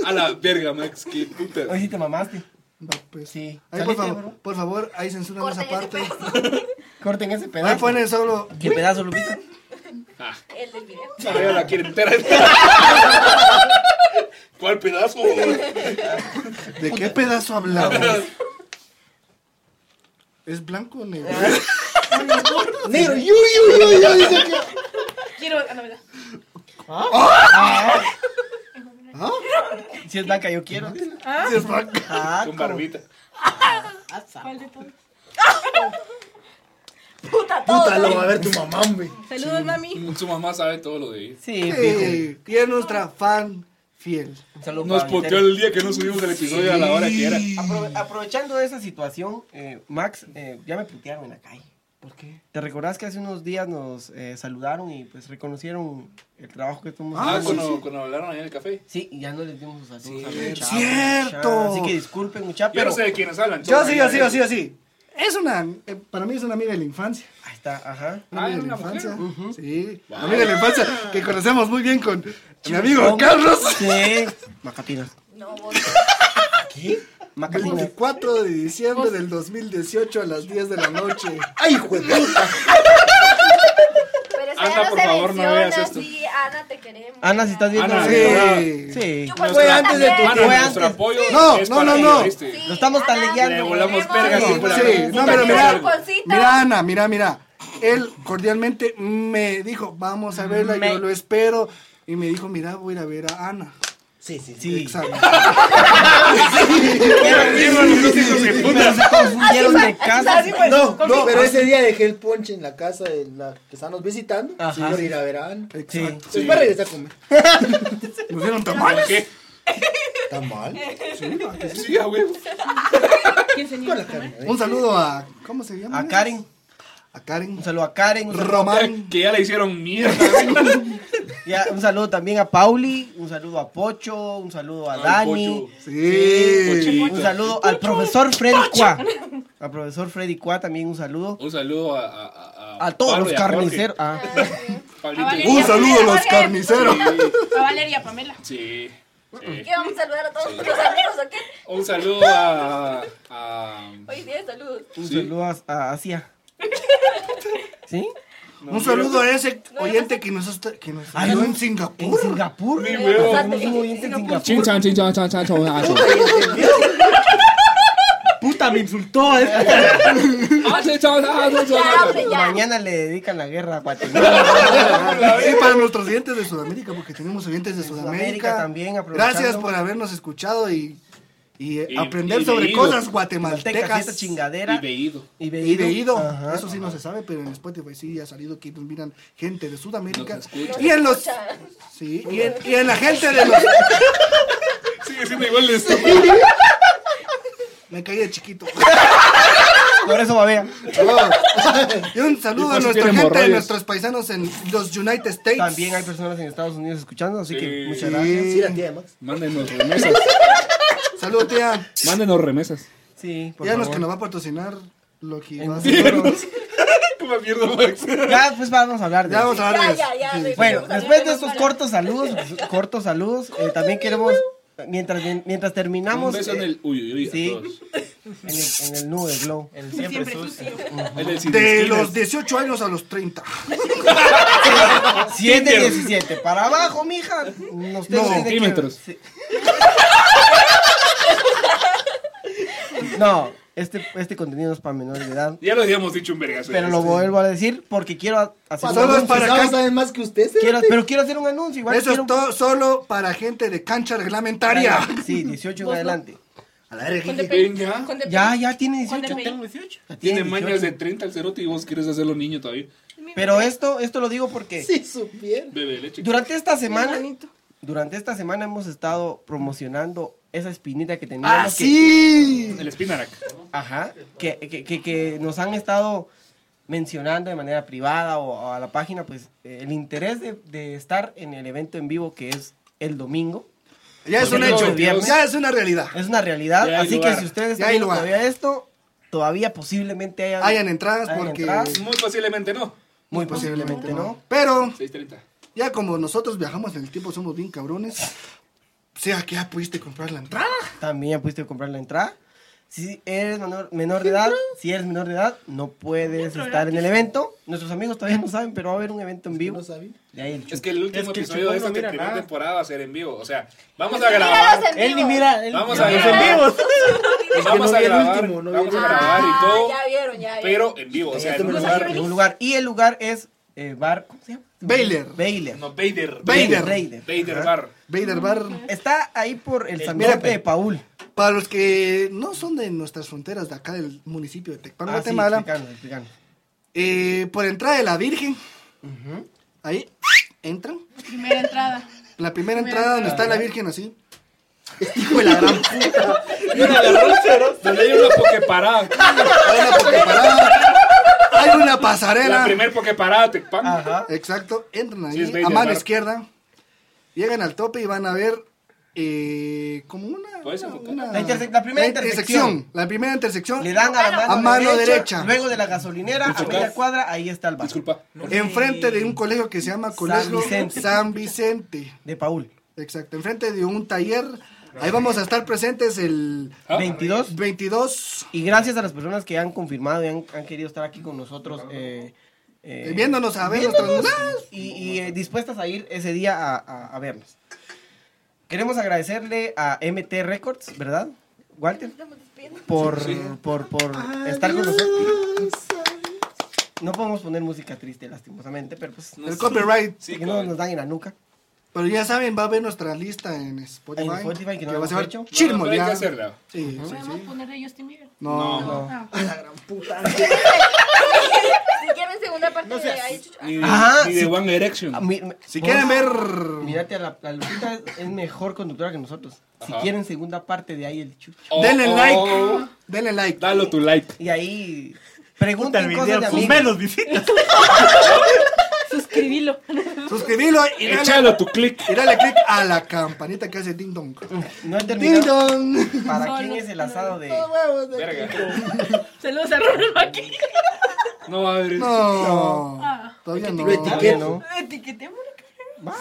S2: A la verga, Max, qué putas.
S1: Hoy sí te mamaste.
S4: No, pues.
S1: Sí.
S4: Ahí,
S1: Salite,
S4: por, favor,
S1: bro.
S4: por favor, ahí censuran esa
S6: Corten ese
S4: parte.
S6: pedazo.
S1: Corten ese
S4: Ahí
S1: pedazo.
S4: ponen solo.
S1: ¿Qué pedazo, Lupita?
S6: El del video.
S2: Ahora la quieren entera. ¿Cuál pedazo?
S4: ¿De qué pedazo hablamos? ¿Es blanco o negro?
S1: Negro,
S7: Uy, uy, uy, uy, dice que-
S8: Quiero. Ah, no, ¿verdad?
S7: ¿Ah?
S1: Si es blanca, yo quiero.
S4: Sí, es blanco.
S1: Ah,
S2: Con barbita.
S8: ¿Cuál de todos?
S6: Puta, todo.
S7: Puta, lo va a ver tu mamá, hombre.
S8: Saludos, mami.
S2: Su mamá sabe todo lo de ella.
S1: Sí, fijo.
S4: Sí, y es nuestra fan fiel.
S1: Un saludo
S2: Nos
S1: para
S2: poteó
S1: Vitero.
S2: el día que no subimos el episodio a la hora que era.
S1: Apro- aprovechando esa situación, eh, Max, eh, ya me putearon en la calle.
S4: ¿Por qué?
S1: ¿Te recordás que hace unos días nos eh, saludaron y pues reconocieron el trabajo que estamos
S2: Ah,
S1: haciendo?
S2: cuando, cuando hablaron ahí en el café.
S1: Sí, y ya no les dimos sus saludos
S2: Sí,
S1: a los chavos,
S4: cierto.
S1: mucha. Así que disculpen, mucha,
S2: Yo
S1: pero...
S2: no sé de quiénes hablan.
S4: Yo sí, yo
S2: yo
S4: sí, yo sí, yo sí. Es una, eh, para mí es una amiga de la infancia.
S1: Ahí está, ajá.
S4: Una
S2: Ah,
S4: amiga
S2: ¿era
S4: de la
S2: una mujer?
S4: infancia. Sí, una amiga de la infancia que conocemos muy bien con mi amigo
S1: Chingón.
S4: Carlos.
S1: Sí. Macatinas.
S6: No, vos.
S1: Ah,
S4: 24 de diciembre del 2018 a las 10 de la noche.
S7: ¡Ay, hijo de puta!
S6: Pero esa
S2: Ana,
S6: ya no
S2: por
S6: se
S2: favor, no
S6: menciona.
S2: veas esto.
S6: Sí, Ana, te queremos.
S1: Ana, si estás viendo...
S2: Ana,
S1: sí.
S4: sí.
S1: Sí.
S6: Chupa
S7: Fue
S6: tu
S7: antes de tu
S6: también.
S1: Fue
S2: Ana, nuestro
S1: antes.
S2: apoyo
S4: No,
S2: es
S4: no,
S2: para
S4: no,
S2: ella,
S4: no.
S2: ¿viste?
S6: Sí, Ah,
S1: Lo estamos
S6: Ana,
S1: talegueando.
S6: te
S2: Le volamos
S6: queremos.
S2: verga,
S4: Sí,
S2: sí, pura
S4: sí.
S2: verga.
S4: No,
S6: Te
S4: pero
S6: quiero,
S4: mira,
S6: Alfonsito.
S4: Mira, Ana, mira, mira. Él cordialmente me dijo, vamos a verla,
S1: Mm, Me-
S4: yo lo espero. Y me dijo, mira, voy a ir a ver a Ana.
S7: Sí, sí, sí.
S1: Sí.
S4: Exacto.
S2: Quiero- quiero a los dos hijos de
S1: Pero
S2: puta.
S1: se confundieron de casa.
S7: No, no, pero ese día dejé el ponche en la casa de la que estábamos visitando. Sí,
S1: Ajá.
S7: por ir a ver a Ana.
S1: Sí.
S7: Pues para regresar a comer.
S4: Nos dieron
S2: ¿Por
S4: tamales.
S2: qué?
S7: ¿Está mal?
S2: Sí, a huevo.
S8: ¿Quién se
S7: Eh, Con la
S8: niega?
S7: Karen, ¿eh?
S4: Un saludo a, ¿cómo se llama?
S1: A Karen.
S4: A Karen.
S1: Un saludo a Karen. Un saludo,
S4: Román.
S2: Que ya le hicieron mierda.
S1: ya, un saludo también a Pauli. Un saludo a Pocho. Un saludo a
S2: Al
S1: Dani.
S2: Pocho.
S4: Sí.
S2: Pochito.
S1: Un saludo al profesor Freddy Cuá. Al profesor Freddy Cuá también un saludo.
S2: Un saludo a, a, a,
S1: A todos
S2: Pablo
S1: los
S2: y a Jorge.
S1: carniceros. Ah.
S2: Pablito.
S8: A Valeria.
S4: Un saludo a los carniceros.
S8: A Valeria, Pamela.
S2: Sí. sí.
S6: ¿Qué vamos a saludar a todos los amigos o qué?
S2: Un saludo a. a-
S6: Hoy día saludos.
S1: Un
S2: Sí.
S1: saludo a, a Asia. ¿Sí?
S4: Un saludo a ese oyente que nos está- que nos
S1: Ah,
S4: ayudó
S1: no.
S4: en
S1: ¿En
S4: Singapur.
S1: Singapur?
S2: Mi huevo.
S1: Tenemos un oyente en Singapur.
S2: Chin, chan, chin, chan, chan, chan, chan, ah, chan.
S1: Puta, me insultó. eh.
S2: Ah, chin, chan, ah, chan, chan,
S6: Ya,
S2: ah,
S6: hombre,
S2: chan.
S6: ya.
S1: Mañana le dedican la guerra a Guatemala.
S4: Y para nuestros oyentes de Sudamérica, porque tenemos oyentes de
S1: Sudamérica
S4: Sudamérica.
S1: también, aprovechando.
S4: Gracias por habernos escuchado y, y, eh,
S2: Y-
S4: aprender
S2: y
S4: sobre
S2: leído.
S4: cosas
S1: Maltecas, esta
S4: guatemaltecas.
S1: chingadera.
S2: Y veído.
S1: Y
S4: Y
S1: veído.
S4: leído.
S1: Ajá.
S4: Eso sí no se sabe, pero en Spotify sí ha salido que nos miran gente de Sudamérica.
S2: Nos escucha.
S4: Y en los. Sí, y en, y en la gente de los.
S2: Sigue siendo igual de estúpido.
S4: Me caí de chiquito.
S1: Ah, Por eso babea.
S7: Ah,
S4: Y un
S2: Y
S4: saludo
S2: por
S4: a
S2: si
S4: nuestra
S2: tiene
S4: gente, a
S2: hemorroides.
S4: nuestros paisanos en los United States.
S1: También hay personas en Estados Unidos escuchando, así que
S2: Sí.
S1: muchas gracias.
S7: Sí, la tía de Max.
S2: Mándenos remesas.
S4: Saludos, tía.
S2: Mándenos remesas.
S1: Sí, por
S4: Ya nos
S1: favor.
S4: que nos va a patrocinar lo que
S1: En
S4: va a ser.
S1: futuros.
S2: Como mierda, Max.
S1: Ya después vamos a hablar de
S4: Ya
S1: eso.
S4: vamos a hablar de
S6: Ya,
S4: eso.
S6: ya, ya.
S4: Sí.
S6: regresamos
S1: Bueno,
S6: a la
S1: después de
S6: tema
S1: estos
S6: para-
S1: cortos saludos, cortos saludos, eh, también queremos, mientras, mientras
S2: Un
S1: terminamos
S2: beso en
S1: eh,
S2: el. Uy, uy, uy, a
S1: sí.
S2: todos.
S1: en el, en el nudo de Glow.
S5: El siempre,
S8: Siempre
S5: sucio.
S2: El del sin
S4: De
S2: esquinas.
S4: los 18 años a los 30.
S1: 7 17, para abajo, mija. Nos tengo
S4: No,
S1: que-
S2: centímetros.
S1: sí. No, este, este contenido es para menores de edad.
S2: Ya lo habíamos dicho un vergazo.
S1: Pero lo vuelvo a decir porque quiero hacer un
S4: Solo es
S1: anuncio.
S4: para acá.
S7: saben más que ustedes.
S1: Quiero- pero quiero hacer un anuncio. Igual
S4: Eso
S1: quiero-
S4: es todo solo para gente de cancha reglamentaria.
S1: Sí, 18 en adelante.
S7: A la verga,
S8: Con
S7: Kike.
S8: DPI.
S2: Venga.
S8: Con DPI.
S1: Ya, ya tiene
S8: Con
S1: 18.
S8: DPI.
S5: Tengo 18.
S1: Ya
S2: Tiene
S1: 18.
S2: mañas de 30 al cerote y vos quieres hacerlo niño todavía.
S1: Pero esto, esto lo digo porque
S7: Si supieran.
S2: Bebe de leche.
S1: durante esta semana,
S8: bonito.
S1: durante esta semana hemos estado promocionando esa espinita que
S4: Ah,
S1: teníamos. que-
S4: Así.
S2: El Spinarak.
S1: Ajá, que, que, que- que nos han estado mencionando de manera privada o, o a la página, pues eh, el interés de, de estar en el evento en vivo que es el domingo.
S4: Ya es un
S2: Domingo
S4: hecho.
S2: 22.
S4: Ya es una realidad.
S1: Es una realidad,
S2: Ya hay
S1: así
S2: lugar.
S1: que si ustedes
S4: Ya
S1: están
S4: hay
S1: viendo
S4: lugar.
S1: todavía esto, todavía posiblemente hayan,
S4: Hayan entradas
S1: hayan
S4: porque.
S1: entradas.
S2: Muy posiblemente no.
S1: muy posiblemente no.
S4: Pero
S2: ¿6.30?
S4: Ya como nosotros viajamos en el tiempo, somos bien cabrones. O sea, que ya pudiste comprar la entrada.
S1: También ya pudiste comprar la entrada. Si eres menor, menor de edad, si eres menor de edad, no puedes
S8: Entro
S1: estar en el evento. Nuestros amigos todavía no saben, pero va a haber un evento en vivo.
S7: ¿No sabía?
S1: De ahí el
S2: Es
S1: chup.
S2: que el último
S5: Es que el
S2: episodio de
S5: Chupón
S2: esta
S5: no mira
S2: primera
S5: nada.
S2: temporada va a ser en vivo. O sea, vamos a grabar.
S6: Míralos en
S5: Él ni
S6: vivo. Ah,
S5: mira. Él
S2: Vamos
S5: ni
S2: a
S5: mira
S2: ver.
S5: los en vivos.
S2: Vamos
S7: no
S2: a
S7: vi el
S2: grabar.
S7: último, no vi el
S2: Vamos a
S7: último.
S2: grabar y todo.
S6: Ah, ya vieron, ya vieron.
S2: Pero en vivo, o sea,
S7: Ya
S2: en un
S7: te me lo
S2: lugar.
S1: En un lugar. Y el lugar es eh, bar. ¿Cómo se llama?
S4: Baylor.
S1: Baylor.
S2: No, Vader.
S4: Vader.
S1: Vader.
S2: Vader
S1: Ajá.
S2: Bar.
S4: Baylor Bar.
S1: Está ahí por el,
S5: El
S1: San
S4: Mira,
S1: Miguel de Paul.
S4: Para los que no son de nuestras fronteras, de acá del municipio de Tecpan,
S1: Ah, sí,
S4: Guatemala,
S1: explícanos, explícanos.
S4: eh, por entrada de la Virgen, ahí entran.
S8: Primera entrada.
S4: La primera
S8: Primera
S4: entrada donde
S8: entrada.
S4: está la Virgen así. Hijo de la gran puta.
S2: Donde hay una pokeparada.
S4: Hay una pokeparada, Hay una pasarela.
S2: La primer pokeparada, Tecpan.
S1: Ajá.
S4: Exacto, entran
S2: Sí,
S4: ahí
S2: es Vader
S4: a mano
S2: Bar.
S4: izquierda. Llegan al tope y van a ver eh, como una,
S2: ¿Puedes enfocar?
S4: una-
S1: La interse- la primera intersección.
S4: La primera intersección.
S1: Le dan a la mano,
S4: A mano derecha.
S1: Luego de la gasolinera, a
S2: Disculpa.
S1: media cuadra, ahí está el bar.
S2: Disculpa.
S4: Enfrente de un colegio que se llama Colegio
S1: Vicente.
S4: San Vicente.
S1: De Paul.
S4: Exacto, enfrente de un taller. Ahí vamos a estar presentes el
S2: Ah.
S1: 22.
S4: 22,
S1: Y gracias a las personas que han confirmado y han, han querido estar aquí con nosotros. eh, eh,
S4: eh, viéndonos a ver nuestras-
S1: y, y, eh, dispuestas a ir ese día a, a- a vernos. Queremos agradecerle a MT Records, ¿verdad, Walter?
S6: Estamos despidiendo.
S1: Por, por, por estar con nosotros. No podemos poner música triste, lastimosamente, pero pues
S4: El copyright.
S2: Sí,
S1: que no
S2: cabrón.
S1: nos dan en la nuca.
S4: Pero ya saben, va a ver nuestra lista en Spotify.
S1: En Spotify, que no lo
S4: va a
S1: hemos
S4: ser
S1: hecho. No,
S2: No, pero hay
S4: chirmoleada.
S2: que hacerla.
S4: Sí, sí,
S8: Podemos poner de Justin Bieber.
S4: No.
S1: No.
S8: este Ah.
S6: Si quieren segunda parte de ahí, chuchu.
S2: Ni de,
S1: Ajá,
S2: ni de
S1: sí.
S2: One Direction.
S1: Ah, mi-
S4: Si
S1: vos-
S4: quieren ver.
S1: Mírate, a la, la Lupita es- es mejor conductora que nosotros. Si
S2: Ajá.
S1: quieren segunda parte de ahí el chucho.
S2: Oh,
S4: denle
S2: oh,
S4: like.
S2: oh.
S4: Denle like.
S2: Dalo tu like.
S1: Y ahí
S5: Puta,
S1: pregunten
S5: el
S1: cosas
S5: video
S1: de
S5: con
S1: amigos.
S5: menos visitas.
S8: Suscribilo.
S4: Suscribilo y dale,
S2: Échalo tu click.
S4: y dale click a la campanita que hace ding dong.
S1: No he
S4: Ding
S1: terminado.
S4: dong.
S1: ¿Para
S8: Solo.
S1: quién es el asado de...?
S2: Verga.
S8: Saludos a Ronald Mackey.
S2: No va a haber eso.
S4: No.
S8: Ah.
S4: Todavía no.
S1: Todavía no.
S8: Etiquetemos.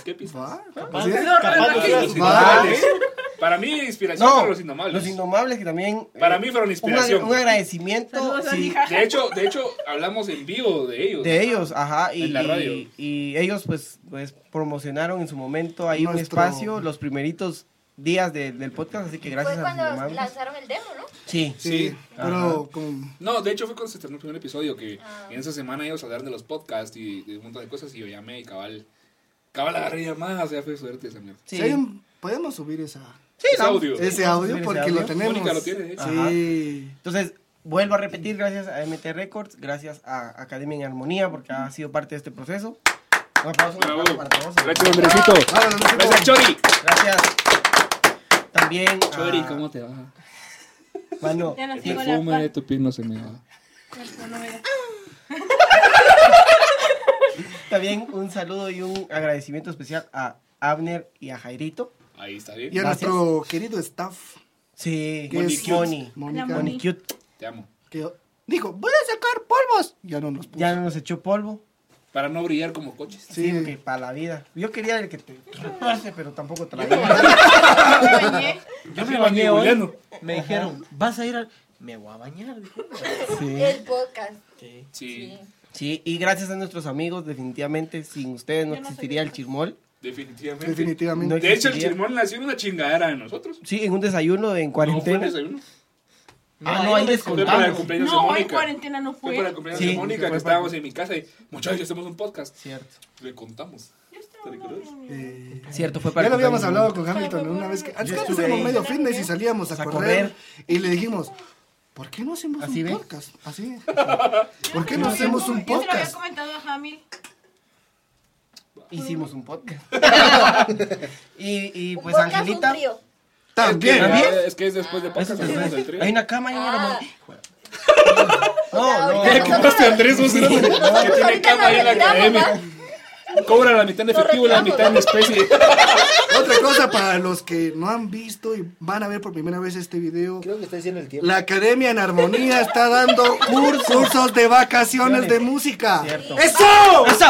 S2: ¿Qué pistas?
S4: Va,
S8: Sí,
S4: ¿sí?
S2: Ah, los-
S8: Ronald
S2: los
S8: Mackey.
S2: indomables. Para mí, inspiración
S1: No,
S2: fueron los indomables.
S1: Los indomables que también...
S2: Para
S1: eh,
S2: mí fueron
S1: un,
S2: inspiración.
S1: un agradecimiento
S8: Saludos a
S1: sí,
S8: mi hija.
S2: De hecho, de hecho, hablamos en vivo de ellos.
S1: de ellos, ajá, y,
S2: En la radio.
S1: y, y ellos pues, pues promocionaron en su momento ahí un
S4: Nuestro-
S1: espacio, los primeritos días de- del podcast, así que gracias
S6: Fue
S1: a los
S6: cuando
S1: indomables.
S6: lanzaron el demo, ¿no?
S1: Sí,
S4: Sí, pero con.
S2: No, de hecho fue cuando se estrenó el primer episodio que en esa semana ellos hablaron de los podcasts y de un montón de cosas y yo llamé y cabal. Cabal agarré llamada, o sea, fue suerte esa mierda.
S1: sí.
S4: si hay un- podemos subir esa,
S2: Es audio.
S1: vamos
S4: ese
S1: a
S4: audio
S1: subir ese
S4: porque
S1: audio.
S4: lo tenemos.
S2: Mónica lo tiene, de hecho.
S4: Sí.
S1: Entonces, vuelvo a repetir, gracias a MT Records, gracias a Academia en Armonía, porque ha sido parte de este proceso. Un aplauso, un
S2: Bravo.
S1: aplauso para todos.
S2: Gracias, hombrecito.
S4: Vámonos, nos vemos.
S2: Gracias, Chori.
S1: Gracias. También. a-
S2: te va?
S1: Mano,
S8: Ya no
S2: El
S8: sigo la
S2: perfume de
S8: parte.
S2: tu piel no se me va.
S8: No me da.
S1: también un saludo y un agradecimiento especial a Abner y a Jairito.
S2: Ahí está bien.
S4: Y a
S1: Gracias.
S4: nuestro querido staff,
S1: Sí,
S4: que
S2: Moni
S4: es
S2: Cute.
S1: Moni.
S4: Mónica,
S8: La
S1: Moni
S8: Moni.
S1: Cute.
S2: Te amo.
S4: que dijo, voy a sacar polvos. Ya no nos puso.
S1: Ya no nos echó polvo.
S2: Para no brillar como coches.
S1: Sí,
S4: Sí.
S1: porque para la vida. Yo quería el que te repase, pero tampoco te la
S8: Me bañé.
S5: Yo
S2: Sí,
S5: me bañé hoy.
S2: Juliano.
S5: Me dijeron, vas a ir al. Me voy a bañar. dijeron.
S1: Sí.
S6: El podcast.
S5: Sí.
S2: Sí,
S1: sí, y gracias a nuestros amigos, definitivamente, sin ustedes no
S8: Yo no
S1: existiría el chismol.
S2: definitivamente.
S4: Definitivamente.
S2: De hecho, el chirmón nació en una chingadera de nosotros.
S1: Sí, en un desayuno en
S2: No fue el
S1: cuarentena.
S2: desayuno.
S1: ah, no, ahí
S2: Fue para el
S1: descontamos.
S2: cumpleaños de
S8: No, en
S2: Mónica.
S8: cuarentena no
S2: Fue para
S8: fue.
S2: el cumpleaños
S1: Sí,
S2: de Mónica
S1: fue
S2: que
S1: para-
S2: estábamos en mi casa y muchachos hacemos un podcast.
S1: Cierto.
S2: Le contamos.
S8: Yo estaba
S2: ¿Te recuerdas?
S4: Eh,
S1: Cierto, fue para
S4: ya
S1: el
S4: lo habíamos
S1: cumpleaños.
S4: hablado con Hamilton una vez que antes
S1: estuve
S4: éramos
S1: ahí.
S4: medio fitness y salíamos a,
S1: A
S4: correr,
S1: correr.
S4: y le dijimos, ¿por qué no hacemos
S1: Así
S4: un
S1: ve.
S4: podcast? Así.
S8: Yo
S4: ¿Por qué
S8: se
S4: no
S8: lo había
S4: hacemos un
S8: com- Yo se lo había
S4: podcast?
S8: comentado a Hamil.
S1: Hicimos un podcast. y, y
S6: Un
S1: pues
S6: podcast,
S1: Angelita.
S6: un trío.
S4: También.
S2: Es que,
S1: ¿También?
S2: es que es después
S8: Ah,
S2: de podcast. hacemos el trío.
S1: Hay una cama y una
S6: Ah.
S1: No, no,
S6: Ya,
S1: no.
S6: ahorita
S2: Compraste a Andrés, vos eres el que tiene
S6: ahorita
S2: cama
S6: nos
S2: ahí en la
S6: retiramos,
S2: academia. Cobra la mitad en efectivo y la mitad en especie.
S4: Otra cosa para los que no han visto y van a ver por primera vez este video.
S7: Creo que está diciendo el tiempo.
S4: La Academia en Armonía está dando cursos, de vacaciones de música.
S1: Cierto.
S6: Ah,
S4: ¡Eso!
S1: Eso.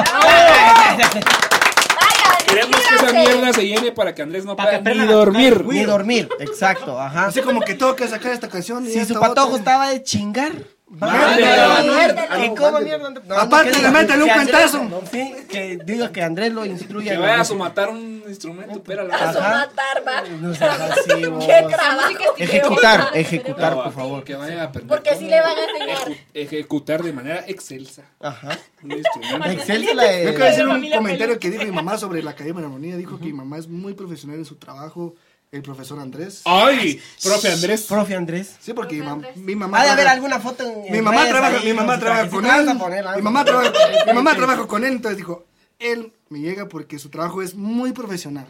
S6: Vaya,
S2: sala se llene para que Andrés no
S1: Para que
S2: pueda ni
S1: aprendan a tocar el
S2: dormir.
S1: Ni dormir, exacto, ajá.
S4: Así como que tengo que sacar esta canción. Y
S1: Si
S4: esta
S1: su patojo
S4: otra.
S1: estaba de chingar.
S2: Mándelo,
S1: ¿Y cómo mierda? No, no,
S4: Aparte,
S1: que-
S4: le métele un
S1: que Andrés-
S4: cuentazo.
S1: no, Sí, que diga que Andrés lo instruya.
S2: Que
S1: ¿no?
S2: vaya a matar un instrumento, pero
S6: A su
S1: Ajá.
S6: matar, va.
S1: No seas así, vos.
S6: Qué trabajo.
S1: Ejecutar, ejecutar, por favor.
S2: Que vaya a aprender.
S6: Porque
S2: cómo
S6: sí le van a enseñar.
S2: ejecu- Ejecutar de manera excelsa
S1: Ajá.
S2: un instrumento.
S1: Excelsa la de-
S4: Yo quiero decir un
S8: familia
S4: comentario que dijo mi mamá sobre la Academia de la Armonía. Dijo que mi mamá es muy profesional en su trabajo, el profesor Andrés.
S2: ¡Ay! Profe Andrés.
S1: Profe Andrés.
S4: Sí, porque mi, mam-
S6: Andrés.
S4: mi mamá.
S1: Ha de haber
S4: trabaja-
S1: alguna foto en.
S4: mi
S1: en
S4: mamá
S1: redes
S4: trabaja,
S1: ahí
S4: mi
S1: con
S4: mamá
S1: su
S4: trabaja
S1: trajecito.
S4: con
S1: Vas
S4: él.
S1: a poner algo.
S4: Mi mamá trabaja, mi mamá trabaja con él, entonces dijo, él me llega porque su trabajo es muy profesional.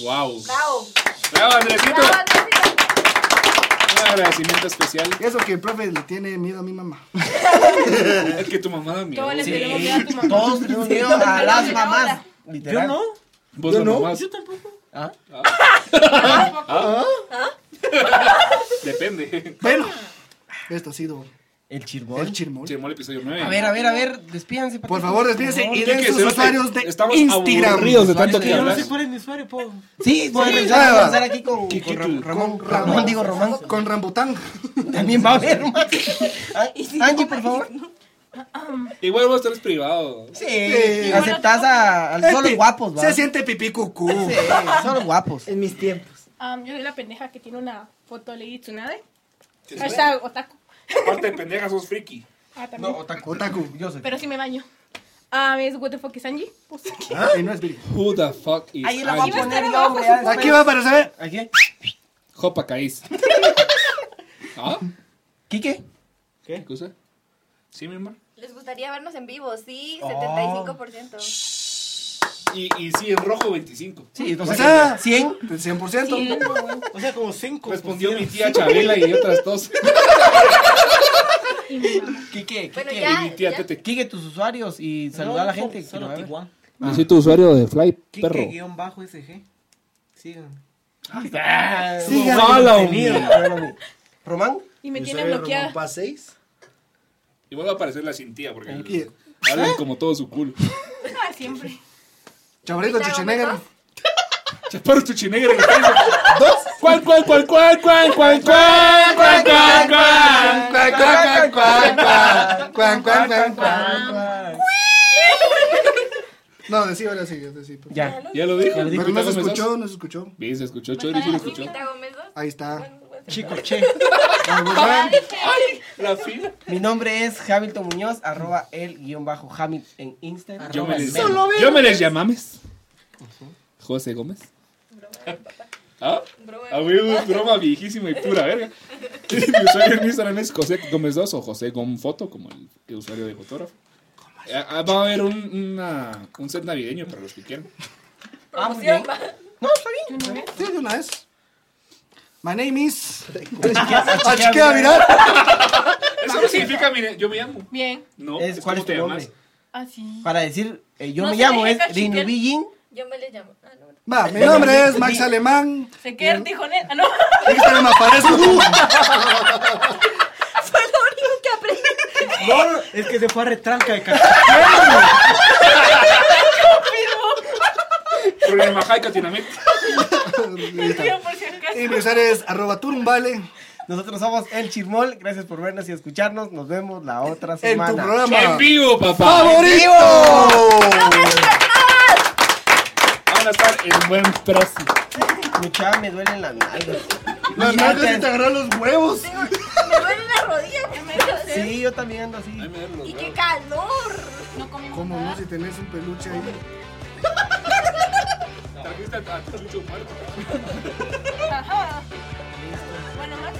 S2: ¡Wow!
S6: Bravo.
S2: ¡Bravo, Andresito!
S6: Bravo, Andresito.
S2: Un agradecimiento especial.
S4: Y eso que el profe le tiene miedo a mi mamá.
S2: Es que tu mamá da miedo.
S8: Todos les
S1: Sí,
S8: tenemos miedo a tu mamá.
S1: Todos tenemos miedo a las mamás.
S5: Yo
S1: Literal. ¿Ah?
S5: no.
S2: Vos la mamás.
S5: Yo tampoco.
S2: Depende.
S4: Bueno, esto ha sido
S1: El
S4: el
S1: chirbol.
S4: chirmol.
S2: Llegó el episodio 9.
S1: A ver, a ver, a ver, despídanse.
S4: Por favor, despídense y den
S2: Quique,
S4: sus
S2: cerote,
S4: usuarios de
S2: estamos
S4: Instagram.
S2: aburridos de tanto
S1: Usuarios de-
S2: que
S5: Yo no
S2: hablas.
S5: sé cuál es mi usuario, po.
S1: Sí, voy a
S4: ya
S1: regresar
S4: va.
S1: a lanzar aquí con,
S2: Qué-
S1: con
S2: qué-
S1: Ram-
S2: qué-
S1: Ramón.
S4: con Ramón.
S1: Ramón, digo Román.
S4: Con Rambután.
S1: También va a haber más. Ah, Angie, por favor.
S2: Igual vos eres privado.
S1: Sí. Aceptás a, a
S4: Este.
S1: solo guapos, va.
S4: Se siente pipí cucú.
S1: Sí, solo guapos.
S5: En mis tiempos.
S8: Am, yo soy la pendeja que tiene una foto de Lady Tsunade. Hashtag otaku.
S2: Aparte de pendeja, sos friki.
S8: Ah, también.
S1: No, otaku.
S4: Otaku.
S1: Yo soy.
S8: Pero sí me baño. Ah, es What the fuck is Angie. Pues,
S4: Y no es Billy.
S2: Who the fuck is
S1: Ahí la voy a
S2: Angie?
S1: poner yo, güey. ya
S4: Aquí
S1: después.
S4: va para saber.
S1: Aquí.
S2: Jopa caís. ¿Ah?
S1: ¿Quique?
S2: ¿Qué cosa? Sí, mi hermano.
S6: Les gustaría vernos en vivo, sí,
S1: Oh.
S6: 75%.
S2: Y, y sí, en rojo 25.
S1: Sí,
S4: O sea,
S1: 100.
S4: del 100%.
S5: O sea, como cinco. pues.
S2: Respondió mi tía Chabela y otras dos.
S8: y mi mamá.
S1: Quique,
S6: Bueno,
S1: Quique.
S2: Y mi
S6: ya,
S2: tía
S6: ya.
S2: Tete.
S1: Quique, tus usuarios y saluda a la gente. que
S5: Solo
S1: lo va a ver.
S5: Tijuana.
S2: Yo soy tu usuario de Fly,
S5: Kike guión bajo SG. Síganme.
S1: Ah,
S7: Sigan
S1: bueno,
S7: el
S1: contenido, bueno, Román,
S8: Y me
S7: Yo
S8: tiene
S7: soy Ramón
S8: bloqueada.
S7: Paz 6.
S2: Y vos va a aparecer la cintía porque
S4: Aquí.
S2: hablan como todo su culo.
S8: Ah, siempre.
S4: Chavalito Chichenegger.
S2: Chaparro tu chinegre. Dos. ¿Cuál, cuál, cuál, cuál, cuál, cuál, cuál, cuál, cuál, cuál?
S4: Cuan, cuan, cuan, cuan, cuan. Cuan, cuan, cuan, cuan. No, decí, ahora sí, decí. pues.
S1: ya.
S2: Ya lo dijo.
S4: Pero no se escuchó, no se escuchó.
S2: Bien, se escuchó. Chori sí lo escuchó.
S6: Lupita Gómez dos.
S4: Ahí está.
S1: Chico, che.
S4: Ah, pues, ah,
S2: La fila.
S1: Mi nombre es Hamilton Muñoz, arroba el guión bajo Hamil en Instagram.
S2: Ah, Yo me les,
S1: Solo
S2: yo me les llamamos. José Gómez. ¿Ah? A huevo, es broma viejísima y pura verga. Mi usuario en Instagram es José Gómez 2 o José Gomfoto, como el, el usuario de fotógrafo. Ah, ah, Va a haber un, una- un set navideño para los que quieran.
S1: Ah, muy bien.
S4: Sí, de una vez. My name is.
S1: Achiquea,
S4: ¿Qué va a mirar?
S2: Eso no significa, mire, yo me llamo.
S8: Bien.
S2: No,
S1: Es, ¿Cuál es
S2: como
S1: tu
S2: te
S1: nombre?
S2: llamas.
S8: Así.
S1: Para decir, eh, yo
S8: No
S1: me
S8: se
S1: llamo,
S8: deje
S1: es
S8: cachiquear.
S1: Rinu Billin.
S6: Yo me les llamo. Ah, no, no.
S4: Va, mi nombre es Max Alemán.
S8: Se queda el tijonel. Ah, no.
S4: Instagram aparece.
S6: Fue lo único que aprendí.
S5: No, es que se fue a retranca de cachorro.
S2: Programa Jaica Tinamit.
S8: Yo por si acaso.
S4: Y mi usuario es arroba turumbale.
S1: Nosotros somos El Chirmol. Gracias por vernos y escucharnos. Nos vemos la otra
S4: En tu
S1: semana.
S4: programa.
S2: En vivo, papá.
S4: ¡Favorito!
S2: Van a estar en buen precio.
S1: Mucha, me duelen las nalgas.
S4: Las
S1: Y
S4: nalgas
S1: antes-
S4: se te agarran los huevos.
S6: Tengo- Me duele la rodilla. porque-
S1: Sí, yo también ando así.
S2: Ay, me duelen los
S6: Y qué
S2: huevos.
S6: calor.
S8: No comimos
S4: Como
S8: nada.
S4: no, si tenés un peluche ahí.
S2: Trajiste a a tu chucho ah, muerto.
S8: Ajá. Bueno, más.